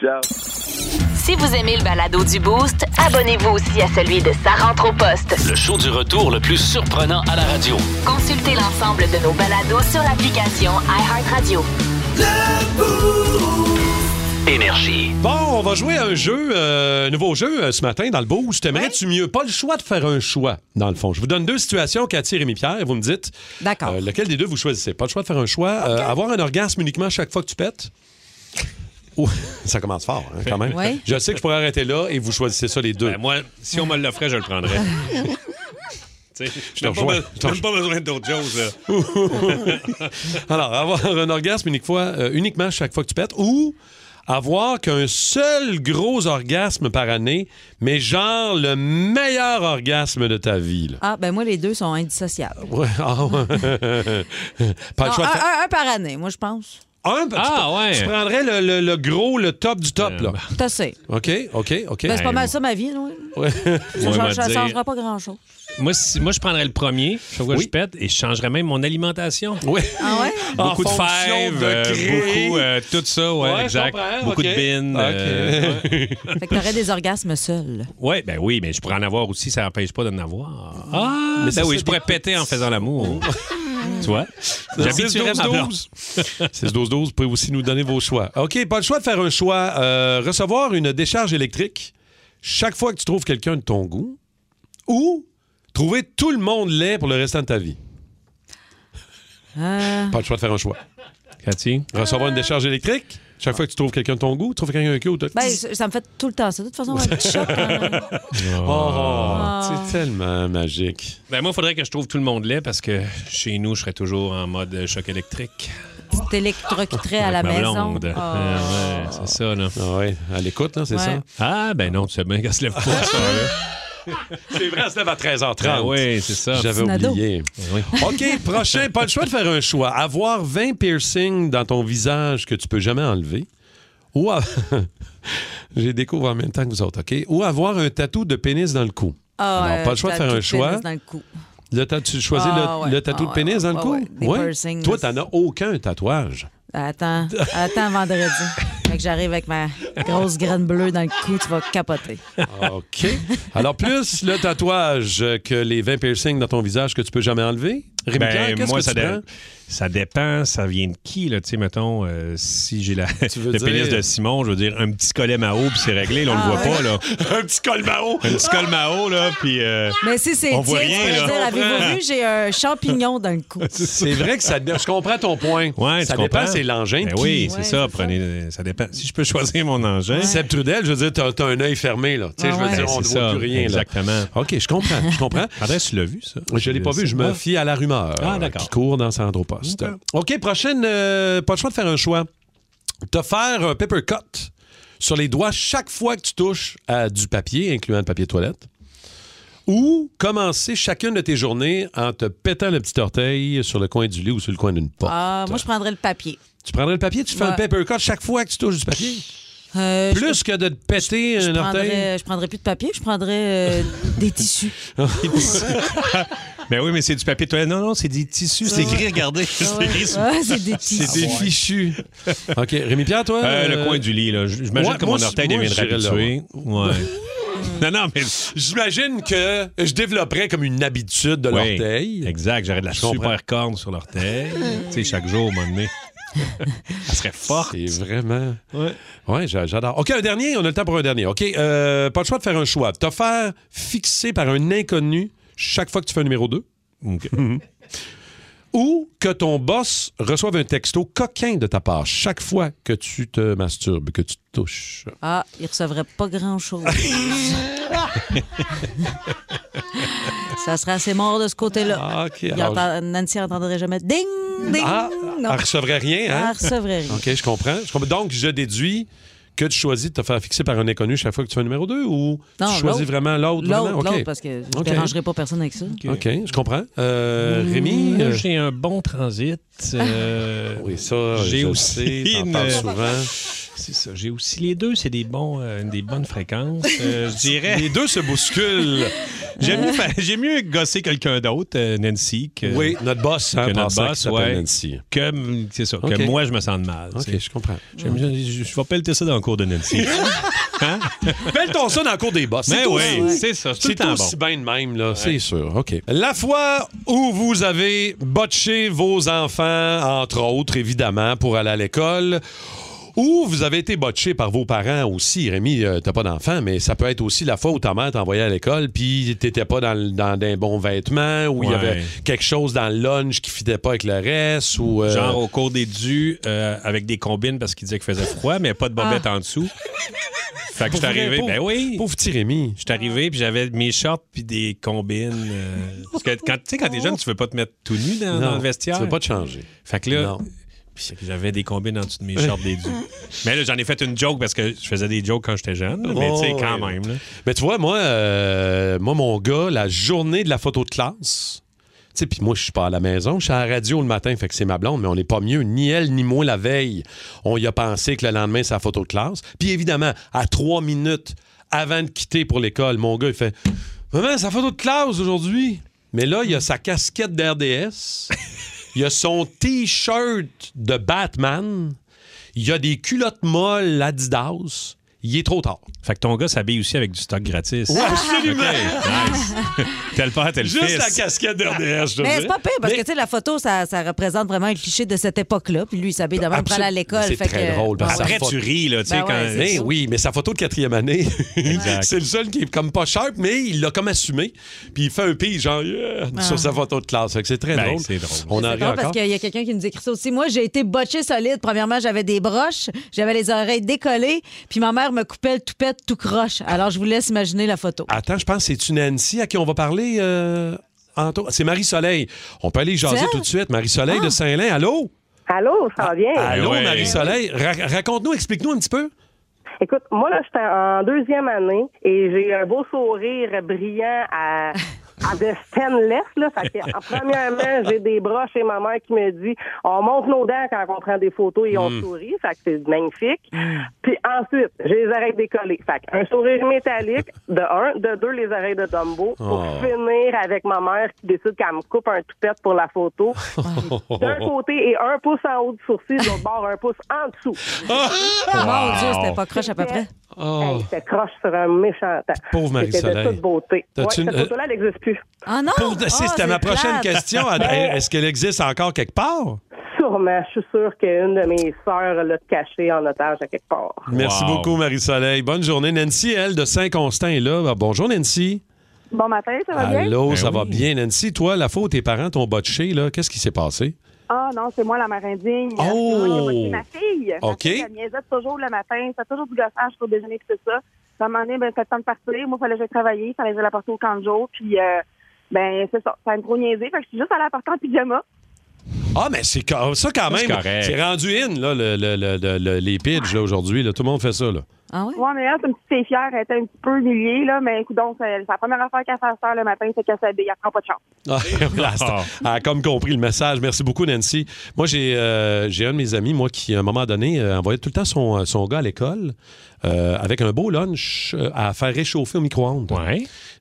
[SPEAKER 19] Ciao.
[SPEAKER 11] Si vous aimez le balado du Boost, abonnez-vous aussi à celui de Sa rentre au poste.
[SPEAKER 20] Le show du retour le plus surprenant à la radio.
[SPEAKER 11] Consultez l'ensemble de nos balados sur l'application iHeartRadio.
[SPEAKER 20] Énergie.
[SPEAKER 4] Bon, on va jouer à un jeu, euh, un nouveau jeu euh, ce matin dans le boost. T'aimerais-tu mieux? Pas le choix de faire un choix, dans le fond. Je vous donne deux situations, Cathy et Rémi-Pierre, et vous me dites
[SPEAKER 5] D'accord.
[SPEAKER 4] euh, lequel des deux vous choisissez. Pas le choix de faire un choix. Euh, avoir un orgasme uniquement chaque fois que tu pètes. Ouh, ça commence fort, hein, quand même.
[SPEAKER 2] Oui.
[SPEAKER 4] Je sais que je pourrais arrêter là et vous choisissez ça les deux.
[SPEAKER 2] Ben, moi, si on me l'offrait, je le prendrais. Tu sais,
[SPEAKER 4] te
[SPEAKER 2] J'ai même pas
[SPEAKER 4] rejoins.
[SPEAKER 2] be-
[SPEAKER 4] Je te
[SPEAKER 2] j'ai même pas besoin d'autres choses. là.
[SPEAKER 4] Alors, avoir un orgasme unique fois, euh, uniquement chaque fois que tu pètes ou avoir qu'un seul gros orgasme par année, mais genre le meilleur orgasme de ta vie. là.
[SPEAKER 5] Ah, ben moi, les deux sont indissociables.
[SPEAKER 4] Ouais, ah ouais. Pas le
[SPEAKER 5] Non,
[SPEAKER 4] choix de
[SPEAKER 5] un,
[SPEAKER 4] faire-
[SPEAKER 5] un- un par année, moi, je pense.
[SPEAKER 4] Un,
[SPEAKER 5] Ah,
[SPEAKER 4] tu,
[SPEAKER 5] ouais.
[SPEAKER 4] tu prendrais le, le- le gros, le top du top. là.
[SPEAKER 5] T'as assez.
[SPEAKER 4] OK, OK, OK.
[SPEAKER 5] Ben, c'est pas mal ça, ma vie, non?
[SPEAKER 4] Ouais.
[SPEAKER 5] Ça
[SPEAKER 2] Ouais,
[SPEAKER 5] change-
[SPEAKER 2] moi,
[SPEAKER 5] ça
[SPEAKER 2] dire-
[SPEAKER 5] changera pas grand-chose.
[SPEAKER 2] Moi, si- moi, je prendrais le premier, chaque fois que je pète, et je changerais même mon alimentation.
[SPEAKER 4] Oui.
[SPEAKER 5] Ah ouais?
[SPEAKER 2] Beaucoup
[SPEAKER 4] En
[SPEAKER 2] de
[SPEAKER 4] fonction
[SPEAKER 2] fèves,
[SPEAKER 4] de
[SPEAKER 2] euh,
[SPEAKER 4] créer.
[SPEAKER 2] beaucoup, euh, tout ça, ouais,
[SPEAKER 4] Ouais, je
[SPEAKER 2] exact.
[SPEAKER 4] comprends,
[SPEAKER 2] Beaucoup
[SPEAKER 4] ok.
[SPEAKER 2] de bines.
[SPEAKER 4] Ok.
[SPEAKER 5] Fait que t'aurais des orgasmes seuls.
[SPEAKER 2] Oui, ben oui, mais je pourrais en avoir aussi, ça n'empêche pas d'en avoir. Ah,
[SPEAKER 4] Mais
[SPEAKER 5] ben
[SPEAKER 2] mais
[SPEAKER 4] ça,
[SPEAKER 2] oui,
[SPEAKER 4] c'est
[SPEAKER 2] je pourrais péter en faisant l'amour. tu vois? J'habituerais ma blonde.
[SPEAKER 4] 6-12-12, vous pouvez aussi nous donner vos choix. OK, pas le choix de faire un choix. Euh, recevoir une décharge électrique chaque fois que tu trouves quelqu'un de ton goût ou trouver tout le monde laid pour le restant de ta vie.
[SPEAKER 5] Euh,
[SPEAKER 4] Pas le choix de faire un choix. Cathy? Recevoir une décharge électrique chaque fois que tu trouves quelqu'un de ton goût, trouver quelqu'un de cute.
[SPEAKER 5] ben, ça ça me fait tout le temps ça. De toute façon, un petit choc. hein.
[SPEAKER 4] Oh,
[SPEAKER 5] Ah.
[SPEAKER 4] c'est tellement magique.
[SPEAKER 2] Ben moi, il faudrait que je trouve tout le monde laid parce que chez nous, je serais toujours en mode euh, choc électrique.
[SPEAKER 5] Petit électrocuterait à la
[SPEAKER 2] Avec ma
[SPEAKER 5] maison.
[SPEAKER 2] blonde.
[SPEAKER 5] Ah.
[SPEAKER 2] Ah ouais, c'est ça, là.
[SPEAKER 4] Ah ouais, à l'écoute, là, c'est
[SPEAKER 5] Ouais. ça?
[SPEAKER 2] Ah, ben non, tu sais bien qu'elle se lève pas, ça, là.
[SPEAKER 4] C'est vrai, elle se lève à 13h30.
[SPEAKER 2] Ah oui, c'est ça.
[SPEAKER 4] J'avais
[SPEAKER 2] Petit nado.
[SPEAKER 4] oublié. OK, prochain. Pas le choix de faire un choix. Avoir 20 piercings dans ton visage que tu peux jamais enlever. Ou a- J'ai découvert en même temps que vous autres, OK? Ou avoir un tatou de pénis dans le cou.
[SPEAKER 5] Ah,
[SPEAKER 4] Non,
[SPEAKER 5] euh,
[SPEAKER 4] pas le choix de
[SPEAKER 5] t'as
[SPEAKER 4] faire
[SPEAKER 5] tout
[SPEAKER 4] un
[SPEAKER 5] pénis
[SPEAKER 4] choix.
[SPEAKER 5] Dans le cou.
[SPEAKER 4] Le ta- tu choisis
[SPEAKER 5] Ah,
[SPEAKER 4] le,
[SPEAKER 5] ouais.
[SPEAKER 4] le tatou
[SPEAKER 5] Ah,
[SPEAKER 4] de pénis dans le
[SPEAKER 5] ouais,
[SPEAKER 4] cou?
[SPEAKER 5] ouais. Des piercings,
[SPEAKER 4] Toi,
[SPEAKER 5] là, c'est-
[SPEAKER 4] t'en as aucun tatouage.
[SPEAKER 5] Attends, attends vendredi. Fait que j'arrive avec ma grosse graine bleue dans le cou, tu vas capoter.
[SPEAKER 4] OK. Alors, plus le tatouage que les 20 piercings dans ton visage que tu peux jamais enlever. Rémi
[SPEAKER 2] Ben,
[SPEAKER 4] Pierre, qu'est-ce
[SPEAKER 2] moi,
[SPEAKER 4] que
[SPEAKER 2] ça,
[SPEAKER 4] tu
[SPEAKER 2] dé-
[SPEAKER 4] prends?
[SPEAKER 2] ça dépend, ça vient de qui, là. Tu sais, mettons, euh, si j'ai la... le
[SPEAKER 4] dire-
[SPEAKER 2] pénis de Simon, je veux dire, un petit collet Mao, puis c'est réglé, là, on
[SPEAKER 5] Ah,
[SPEAKER 2] le voit
[SPEAKER 5] ouais.
[SPEAKER 2] pas, là.
[SPEAKER 4] un petit col Mao!
[SPEAKER 2] Un petit col Mao, là, puis... euh,
[SPEAKER 5] Mais si c'est tiède,
[SPEAKER 2] On
[SPEAKER 5] tu
[SPEAKER 2] voit rien,
[SPEAKER 5] peux
[SPEAKER 2] là.
[SPEAKER 5] dire,
[SPEAKER 2] Comprends.
[SPEAKER 5] avez-vous vu, j'ai un champignon dans le cou.
[SPEAKER 4] C'est vrai que ça. Je comprends ton point.
[SPEAKER 2] Ouais,
[SPEAKER 4] ça
[SPEAKER 2] tu
[SPEAKER 4] dépend,
[SPEAKER 2] comprends?
[SPEAKER 4] c'est l'engin.
[SPEAKER 2] Ben
[SPEAKER 4] qui-
[SPEAKER 2] oui, c'est ça. Prenez, euh, ça dépend. Si je peux choisir mon engin.
[SPEAKER 4] Seb Trudel, je veux dire, t'as, t'as un œil fermé, là. Tu sais,
[SPEAKER 2] Ah
[SPEAKER 4] je veux
[SPEAKER 2] ouais.
[SPEAKER 4] dire,
[SPEAKER 2] Ben,
[SPEAKER 4] on ne
[SPEAKER 2] c'est
[SPEAKER 4] voit
[SPEAKER 2] ça,
[SPEAKER 4] plus rien, là.
[SPEAKER 2] exactement.
[SPEAKER 4] OK, je comprends, je comprends.
[SPEAKER 2] Adresse, tu l'as vu, ça?
[SPEAKER 4] Je l'ai pas vu, je me
[SPEAKER 2] Ah.
[SPEAKER 4] fie à la rumeur
[SPEAKER 2] Ah, d'accord.
[SPEAKER 4] qui court dans Sandropost. OK, prochaine, euh, pas le choix de faire un choix. Te faire un paper cut sur les doigts chaque fois que tu touches à du papier, incluant le papier toilette. Ou commencer chacune de tes journées en te pétant le petit orteil sur le coin du lit ou sur le coin d'une porte.
[SPEAKER 5] Ah, moi, je prendrais le papier.
[SPEAKER 4] Tu prendrais le papier, tu fais
[SPEAKER 5] Ouais.
[SPEAKER 4] un paper cut chaque fois que tu touches du papier.
[SPEAKER 5] Euh, je-
[SPEAKER 4] Plus que de te péter
[SPEAKER 5] je
[SPEAKER 4] un orteil.
[SPEAKER 5] prendrais, je prendrais plus de papier, je prendrais euh, des tissus.
[SPEAKER 2] Ben oui, mais c'est du papier de toilette. Non, non, c'est des tissus. C'est écrit, regardez. C'est écrit sur-
[SPEAKER 5] Ah, c'est des
[SPEAKER 4] C'est des
[SPEAKER 5] tissus.
[SPEAKER 4] fichus. OK. Rémi-Pierre, toi?
[SPEAKER 2] Euh,
[SPEAKER 4] euh,
[SPEAKER 2] Le coin du lit, là. J- J'imagine
[SPEAKER 4] Ouais,
[SPEAKER 2] que
[SPEAKER 4] moi,
[SPEAKER 2] mon orteil
[SPEAKER 4] moi,
[SPEAKER 2] deviendrait
[SPEAKER 4] j'irais là,
[SPEAKER 2] habitué. Ouais. Non, non, mais.
[SPEAKER 4] J'imagine que je développerais comme une habitude de
[SPEAKER 2] Ouais,
[SPEAKER 4] l'orteil.
[SPEAKER 2] Exact, j'aurais de la
[SPEAKER 4] Je comprends.
[SPEAKER 2] super corne sur l'orteil. tu sais, chaque jour, au moment donné. Elle serait forte.
[SPEAKER 4] C'est vraiment.
[SPEAKER 2] Ouais.
[SPEAKER 4] Ouais, j'a- j'adore. OK, un dernier. On a le temps pour un dernier. OK. euh, pas le choix de faire un choix. Te faire fixer par un inconnu chaque fois que tu fais un numéro 2. Ou que ton boss reçoive un texto coquin de ta part chaque fois que tu te masturbes, que tu te touches.
[SPEAKER 5] Ah, il recevrait pas grand-chose. Ça serait assez mort de ce côté-là.
[SPEAKER 4] Ah, OK,
[SPEAKER 5] Il
[SPEAKER 4] alors-
[SPEAKER 5] entend- Nancy n'entendrait jamais ding, ding.
[SPEAKER 4] Ah,
[SPEAKER 5] non.
[SPEAKER 4] elle recevrait rien, hein?
[SPEAKER 5] Elle recevrait rien.
[SPEAKER 4] OK, je comprends. Je comprends. Donc, je déduis que tu choisis de te faire fixer par un inconnu chaque fois que tu fais un numéro 2 ou
[SPEAKER 5] Non,
[SPEAKER 4] tu choisis
[SPEAKER 5] l'autre.
[SPEAKER 4] vraiment l'autre?
[SPEAKER 5] L'autre,
[SPEAKER 4] vraiment? OK.
[SPEAKER 5] l'autre, parce que je
[SPEAKER 4] OK.
[SPEAKER 5] dérangerai pas personne avec ça.
[SPEAKER 4] OK, je comprends. Euh, Rémi?
[SPEAKER 2] Mmh. Moi,
[SPEAKER 4] euh,
[SPEAKER 2] j'ai un bon transit. euh,
[SPEAKER 4] Oui, ça,
[SPEAKER 2] j'ai
[SPEAKER 4] je
[SPEAKER 2] aussi
[SPEAKER 4] sais, t'en
[SPEAKER 2] une- euh,
[SPEAKER 4] parles souvent.
[SPEAKER 2] C'est ça. J'ai aussi les deux, c'est des bons, euh, des bonnes fréquences. euh, je dirais.
[SPEAKER 4] Les deux se bousculent.
[SPEAKER 2] J'aime mieux, fa- j'aime mieux gosser quelqu'un d'autre, euh, Nancy, que
[SPEAKER 4] Oui, notre boss, hein,
[SPEAKER 2] que notre
[SPEAKER 4] pensant
[SPEAKER 2] boss,
[SPEAKER 4] qu'il s'appelle
[SPEAKER 2] ouais.
[SPEAKER 4] Nancy.
[SPEAKER 2] Que mm, c'est ça,
[SPEAKER 4] Ok.
[SPEAKER 2] que moi je me sente mal.
[SPEAKER 4] Ok, je comprends.
[SPEAKER 2] J'aime- Je, je vais pelleter ça dans le cours de Nancy. hein?
[SPEAKER 4] Pelletons ça dans le cours des boss.
[SPEAKER 2] Mais
[SPEAKER 4] Bah, C'est
[SPEAKER 2] Ben oui,
[SPEAKER 4] aussi-
[SPEAKER 2] c'est ça. C'est tout le
[SPEAKER 4] Ben C'est
[SPEAKER 2] temps
[SPEAKER 4] aussi
[SPEAKER 2] bon.
[SPEAKER 4] bien de même, là. C'est sûr. OK. La fois où vous avez botché vos enfants, entre autres, évidemment, pour aller à l'école, ou vous avez été botché par vos parents aussi. Rémi, euh, t'as pas d'enfant, mais ça peut être aussi la fois où ta mère t'envoyait à l'école, puis t'étais pas dans, le- dans des bons vêtements, ou il y
[SPEAKER 2] Ouais.
[SPEAKER 4] avait quelque chose dans le lunch qui fitait pas avec le reste, ou... euh,
[SPEAKER 2] Genre au cours des dus, euh, avec des combines parce qu'il disait qu'il faisait froid, mais pas de bobette en dessous. Fait que je
[SPEAKER 4] Ah. Pour
[SPEAKER 2] suis
[SPEAKER 4] vrai,
[SPEAKER 2] arrivé,
[SPEAKER 4] pauvre-
[SPEAKER 2] ben oui.
[SPEAKER 4] Pauvre petit Rémi.
[SPEAKER 2] Je suis arrivé, puis j'avais mes shorts, puis des combines. euh, parce que quand, tu sais, quand t'es jeune, tu veux pas te mettre tout nu dans,
[SPEAKER 4] Non,
[SPEAKER 2] dans le vestiaire.
[SPEAKER 4] tu veux pas te changer.
[SPEAKER 2] Fait que là,
[SPEAKER 4] Non.
[SPEAKER 2] puis j'avais des combines en dessous de mes shorts des dus. Mais là, j'en ai fait une joke parce que je faisais des jokes quand j'étais jeune. là, mais tu sais,
[SPEAKER 4] Oh,
[SPEAKER 2] quand
[SPEAKER 4] ouais.
[SPEAKER 2] même. là.
[SPEAKER 4] Mais tu vois, moi, euh, moi, mon gars, la journée de la photo de classe, tu sais, puis moi, je suis pas à la maison, je suis à la radio le matin, fait que c'est ma blonde, mais on n'est pas mieux, ni elle, ni moi, la veille. On y a pensé que le lendemain, c'est la photo de classe. Puis évidemment, à trois minutes avant de quitter pour l'école, mon gars, il fait Maman, c'est la photo de classe aujourd'hui. Mais là, il y a sa casquette d'RDS, il y a son T-shirt de Batman, il y a des culottes molles Adidas. Il est trop tard.
[SPEAKER 2] Fait que ton gars s'habille aussi avec du stock gratis.
[SPEAKER 4] Ouais, absolument.
[SPEAKER 2] Ok, nice. tel père, tel
[SPEAKER 4] Juste
[SPEAKER 2] fils.
[SPEAKER 4] la casquette d'RDS,
[SPEAKER 5] Mais c'est pas pire parce que tu sais, la photo, ça, ça représente vraiment le cliché de cette époque-là. Puis lui, il s'habille de même pour aller à l'école.
[SPEAKER 4] C'est
[SPEAKER 5] fait
[SPEAKER 4] très
[SPEAKER 5] que-
[SPEAKER 4] drôle. parce que
[SPEAKER 5] Ouais.
[SPEAKER 4] sa
[SPEAKER 2] Après, tu ris, là, tu sais,
[SPEAKER 5] Ben ouais,
[SPEAKER 4] quand-
[SPEAKER 5] c'est
[SPEAKER 4] Mais
[SPEAKER 5] ça.
[SPEAKER 4] oui, mais sa photo de quatrième année, c'est le seul qui est comme pas sharp, mais il l'a comme assumé. Puis il fait un pis, genre, yeah,
[SPEAKER 5] Ah.
[SPEAKER 4] sur sa photo de classe. Fait que c'est très
[SPEAKER 2] Ben,
[SPEAKER 4] drôle.
[SPEAKER 2] c'est drôle.
[SPEAKER 4] On en
[SPEAKER 5] C'est
[SPEAKER 4] rit
[SPEAKER 5] drôle parce
[SPEAKER 4] encore.
[SPEAKER 5] qu'il y a quelqu'un qui nous écrit ça aussi. Moi, j'ai été botché solide. Premièrement, j'avais des broches, j'avais les oreilles décollées, puis ma mère me coupait le toupette tout croche. Alors, je vous laisse imaginer la photo.
[SPEAKER 4] Attends, je pense que c'est une Nancy à qui on va parler. euh, Anto- C'est Marie-Soleil. On peut aller jaser
[SPEAKER 14] Tiens.
[SPEAKER 4] tout de suite. Marie-Soleil de
[SPEAKER 14] Ah.
[SPEAKER 4] Saint-Lin, allô?
[SPEAKER 14] Allô, ça va bien?
[SPEAKER 2] Eh
[SPEAKER 4] Allô, Marie-Soleil. Ra- raconte-nous, explique-nous un petit peu.
[SPEAKER 14] Écoute, moi, là, j'étais en deuxième année et j'ai un beau sourire brillant à, à de stainless, là. Fait que, en- premièrement, j'ai des bras chez ma mère qui me dit, on monte nos dents quand on prend des photos et on
[SPEAKER 21] Mm.
[SPEAKER 14] sourit. Fait que c'est magnifique. Puis ensuite, j'ai les oreilles décollées. Fait que un sourire métallique, de un. De deux, les oreilles de Dumbo. Pour
[SPEAKER 21] Oh.
[SPEAKER 14] finir avec ma mère qui décide qu'elle me coupe un toupette pour la photo. D'un côté et un pouce en haut du sourcil, de l'autre bord, un pouce en dessous.
[SPEAKER 5] Ah, Mon Dieu, c'était pas croche à peu près.
[SPEAKER 14] Hey, c'était croche sur un méchant temps.
[SPEAKER 4] Oh. Pauvre
[SPEAKER 14] C'était de
[SPEAKER 4] Marie-Soleil.
[SPEAKER 14] toute beauté. Ouais,
[SPEAKER 4] T'as-tu une- euh,
[SPEAKER 14] Cette photo-là, elle n'existe plus. Ben,
[SPEAKER 5] Ah non!
[SPEAKER 4] Pour de- si, c'était ma prochaine question. Est-ce qu'elle existe encore quelque part?
[SPEAKER 14] Sûrement, je suis sûre qu'une de mes sœurs l'a cachée en otage à quelque part.
[SPEAKER 4] Merci
[SPEAKER 2] Wow.
[SPEAKER 4] beaucoup, Marie-Soleil. Bonne journée. Nancy, elle, de Saint-Constant, est là. Ben, Bonjour, Nancy.
[SPEAKER 21] Bon matin, ça va bien?
[SPEAKER 2] Ben
[SPEAKER 4] Allô, ça va bien. Nancy, toi, la fois où tes parents t'ont botché, là, qu'est-ce qui s'est passé?
[SPEAKER 21] Ah non, c'est moi la mère indigne.
[SPEAKER 4] Oh!
[SPEAKER 21] C'est moi qui ai moqué ma fille. Ma
[SPEAKER 4] OK.
[SPEAKER 21] fille, elle niaisait toujours le matin. C'était toujours du gossage pour déjeuner, puis tout ça. Puis à un moment donné, ben, c'était le temps de partir. Moi, il fallait que j'aille travailler. Il fallait que j'aille la porter au camp de jour. Puis, euh, ben, c'est ça. Ça me trop niaisé. Fait que je suis juste allée la porter en pyjama.
[SPEAKER 4] Ah, mais c'est ca- ça quand
[SPEAKER 2] C'est
[SPEAKER 4] même.
[SPEAKER 2] correct.
[SPEAKER 4] C'est rendu in, là, le- le- le- le- le- les pitchs, là, aujourd'hui. là. Tout le monde fait ça, là.
[SPEAKER 5] Ah ouais?
[SPEAKER 21] Ouais, mais là, c'est une petite fille fière. Elle était un petit peu humiliée, là. Mais écoute, donc, c'est c'est la première affaire qu'elle fait à cette heure le matin, c'est qu'elle s'habille. Elle prend pas de chance.
[SPEAKER 4] Ah, voilà, c'est- Elle a comme compris le message. Merci beaucoup, Nancy. Moi, j'ai euh, j'ai un de mes amis, moi, qui, à un moment donné, euh, envoyait tout le temps son, euh, son gars à l'école euh, avec un beau lunch euh, à faire réchauffer au micro-ondes.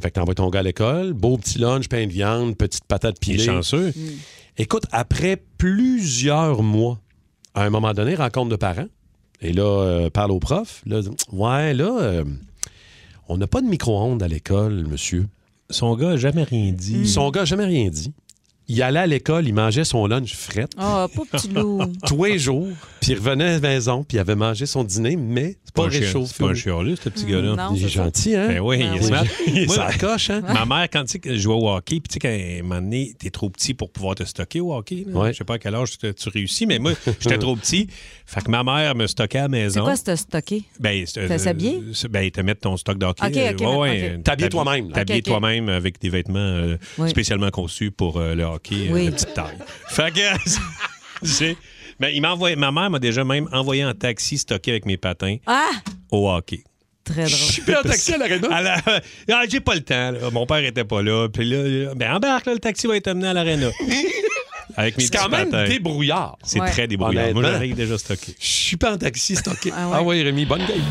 [SPEAKER 4] Fait que t'envoies ton gars à l'école, beau petit lunch, pain de viande, petite patate pilée.
[SPEAKER 2] chanceux.
[SPEAKER 4] Mm. Écoute, après plusieurs mois, à un moment donné, rencontre de parents, et là, euh, parle au prof. Là, dit, ouais, là, euh, on n'a pas de micro-ondes à l'école, monsieur. Mm.
[SPEAKER 2] Son gars n'a jamais rien dit.
[SPEAKER 4] Son gars n'a jamais rien dit. Il allait à l'école, il mangeait son lunch fret.
[SPEAKER 5] Oh, pauvre petit loup.
[SPEAKER 4] Tous les jours, puis il revenait à la maison, puis il avait mangé son dîner, mais c'est pas,
[SPEAKER 2] un chien-
[SPEAKER 4] réchauffé.
[SPEAKER 2] C'est pas un chialeux, ce petit
[SPEAKER 4] Mm,
[SPEAKER 2] gars-là.
[SPEAKER 4] non, Il est c'est ça. gentil, hein?
[SPEAKER 2] Ben oui,
[SPEAKER 4] Ben
[SPEAKER 2] il
[SPEAKER 4] oui.
[SPEAKER 2] est smart.
[SPEAKER 4] Il est
[SPEAKER 2] Moi,
[SPEAKER 4] sur la coche, hein?
[SPEAKER 2] Ma mère, quand tu sais, que je jouais au hockey, puis tu sais, qu'à un moment donné, t'es trop petit pour pouvoir te stocker au hockey. là. Je sais pas à quel âge tu, tu réussis, mais moi, j'étais trop petit. Fait que ma mère me stockait à la
[SPEAKER 5] C'est
[SPEAKER 2] maison.
[SPEAKER 5] quoi, c'était stocké?
[SPEAKER 2] Ben, c'est-
[SPEAKER 5] T'as s'habiller?
[SPEAKER 2] c'est- Ben, te mettre ton stock d'hockey.
[SPEAKER 5] Ok, ok,
[SPEAKER 2] euh,
[SPEAKER 5] maintenant, ok.
[SPEAKER 2] euh,
[SPEAKER 4] T'habiller toi-même, là.
[SPEAKER 2] T'habiller
[SPEAKER 5] Ok, ok.
[SPEAKER 2] toi-même avec des vêtements euh,
[SPEAKER 5] Oui.
[SPEAKER 2] spécialement conçus pour euh, le hockey euh,
[SPEAKER 5] Oui.
[SPEAKER 2] de petite taille. fait que. j'ai- ben, il m'a envoyé- ma mère m'a déjà même envoyé en taxi stocké avec mes patins
[SPEAKER 5] Ah!
[SPEAKER 2] au hockey.
[SPEAKER 5] Très drôle.
[SPEAKER 2] Je suis pris en taxi à l'aréna. ah, j'ai pas le temps. là. Mon père était pas là. Puis là, là, ben embarque, là, le taxi va être amené à l'aréna. Avec mes
[SPEAKER 4] C'est quand
[SPEAKER 2] petits
[SPEAKER 4] même
[SPEAKER 2] patins.
[SPEAKER 4] débrouillard.
[SPEAKER 2] C'est Ouais. très débrouillard. Moi, j'arrive
[SPEAKER 4] déjà stocké. Je suis pas en taxi stocké. ah, ouais. Rémi, bonne game.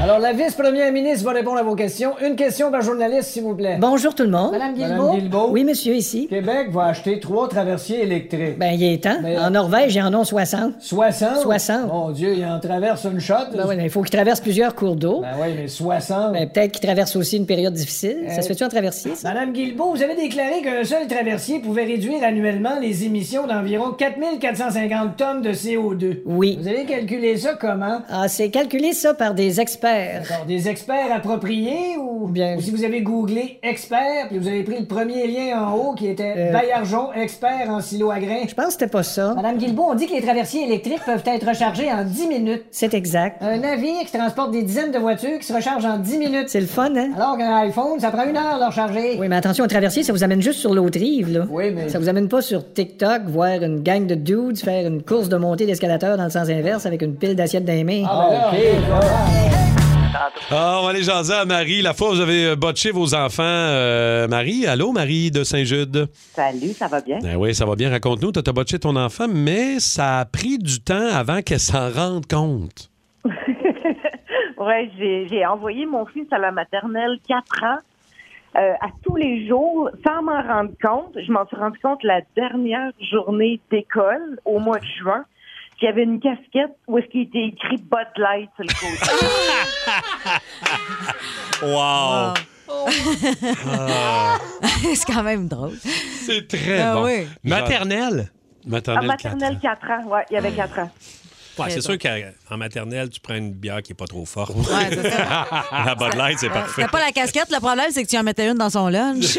[SPEAKER 7] Alors, la vice-première ministre va répondre à vos questions. Une question par journaliste, s'il vous plaît.
[SPEAKER 11] Bonjour tout le monde.
[SPEAKER 7] Madame Guilbeault?
[SPEAKER 11] Oui, monsieur, ici.
[SPEAKER 7] Québec va acheter trois traversiers électriques.
[SPEAKER 11] Ben, il est temps. En Norvège, ils en ont 60.
[SPEAKER 7] 60?
[SPEAKER 11] 60.
[SPEAKER 7] Mon Dieu, il en traverse une shot.
[SPEAKER 11] Ben oui, mais il faut qu'ils traversent plusieurs cours d'eau.
[SPEAKER 7] Ben oui, mais 60.
[SPEAKER 11] Ben, peut-être qu'ils traversent aussi une période difficile. Ça se fait-tu en traversier, ça?
[SPEAKER 7] Madame Guilbeault, vous avez déclaré qu'un seul traversier pouvait réduire annuellement les émissions d'environ 4450 tonnes de CO2.
[SPEAKER 11] Oui.
[SPEAKER 7] Vous avez calculé ça comment?
[SPEAKER 11] Ah, c'est calculé ça par des experts.
[SPEAKER 7] D'accord, des experts appropriés ou bien si vous avez googlé expert puis vous avez pris le premier lien en haut qui était
[SPEAKER 11] Euh.
[SPEAKER 7] Bayarjon expert en silo à grains. Je
[SPEAKER 11] pense que c'était pas ça.
[SPEAKER 7] Madame Guilbeault, on dit que les traversiers électriques peuvent être rechargés en 10 minutes.
[SPEAKER 11] C'est exact.
[SPEAKER 7] Un navire qui transporte des dizaines de voitures qui se recharge en 10 minutes.
[SPEAKER 11] C'est le fun, hein?
[SPEAKER 7] Alors qu'un iPhone, ça prend une heure à le recharger.
[SPEAKER 11] Oui, mais attention, un traversier, ça vous amène juste sur l'autre rive, là.
[SPEAKER 7] Oui, mais-
[SPEAKER 11] Ça vous amène pas sur TikTok, voir une gang de dudes faire une course de montée d'escalateur dans le sens inverse avec une pile d'assiettes dans les mains.
[SPEAKER 7] ben
[SPEAKER 4] Ah, on va aller jaser à Marie. La fois, où vous avez botché vos enfants. Euh, Marie, allô, Marie de Saint-Jude.
[SPEAKER 12] Salut, ça va bien?
[SPEAKER 4] Ben oui, ça va bien. Raconte-nous, t'as t'as botché ton enfant, mais ça a pris du temps avant qu'elle s'en rende compte.
[SPEAKER 12] Oui, j'ai j'ai envoyé mon fils à la maternelle 4 ans euh, à tous les jours sans m'en rendre compte. Je m'en suis rendu compte la dernière journée d'école au mois de juin. qu'il y avait une casquette où est-ce qu'il était écrit Bud Light sur le côté.
[SPEAKER 2] Wow! Ah.
[SPEAKER 5] Oh. c'est quand même drôle.
[SPEAKER 4] C'est très
[SPEAKER 5] Ah
[SPEAKER 4] bon.
[SPEAKER 5] oui.
[SPEAKER 2] Maternelle?
[SPEAKER 12] en maternelle 4 ans, oui, il y avait 4 ans.
[SPEAKER 2] Ouais,
[SPEAKER 12] Très
[SPEAKER 2] c'est sûr qu'en maternelle, tu prends une bière qui n'est pas trop forte.
[SPEAKER 5] c'est
[SPEAKER 2] la Bud Light, c'est
[SPEAKER 5] Ouais.
[SPEAKER 2] parfait.
[SPEAKER 5] T'as pas la casquette, le problème, c'est que tu en mettais une dans son lunch.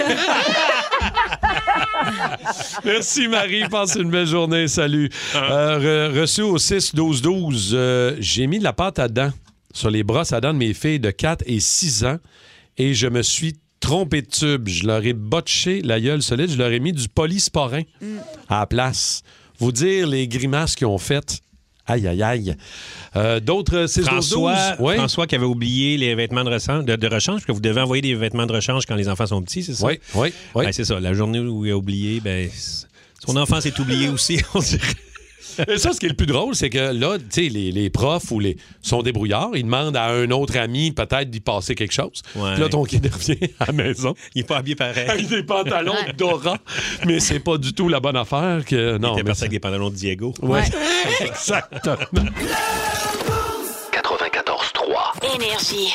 [SPEAKER 4] Merci, Marie. Passe une belle journée. Salut. Euh, re- reçu au 6-12-12, euh, j'ai mis de la pâte à dents sur les brosses à dents de mes filles de 4 et 6 ans et je me suis trompé de tube. Je leur ai botché la gueule solide. Je leur ai mis du polysporin à la place. Vous dire les grimaces qu'ils ont faites. Aïe, aïe, aïe. Euh, D'autres 6 12
[SPEAKER 2] François, François qui avait oublié les vêtements de, rechan- de- de rechange, parce que vous devez envoyer des vêtements de rechange quand les enfants sont petits, c'est ça?
[SPEAKER 4] Oui, oui, oui.
[SPEAKER 2] Ben, c'est ça. La journée où il a oublié, ben, c- son enfant s'est oublié aussi, on dirait.
[SPEAKER 4] Et ça, ce qui est le plus drôle, c'est que là, tu sais, les, les profs ou les sont débrouillards, ils demandent à un autre ami peut-être d'y passer quelque chose. Puis là, ton kid revient à la maison.
[SPEAKER 2] Il n'est pas habillé pareil.
[SPEAKER 4] Avec des pantalons Dora, mais c'est pas du tout la bonne affaire que. Non, il était parti
[SPEAKER 2] avec des pantalons de Diego.
[SPEAKER 4] Ouais. Exactement.
[SPEAKER 22] 94-3.
[SPEAKER 1] Énergie.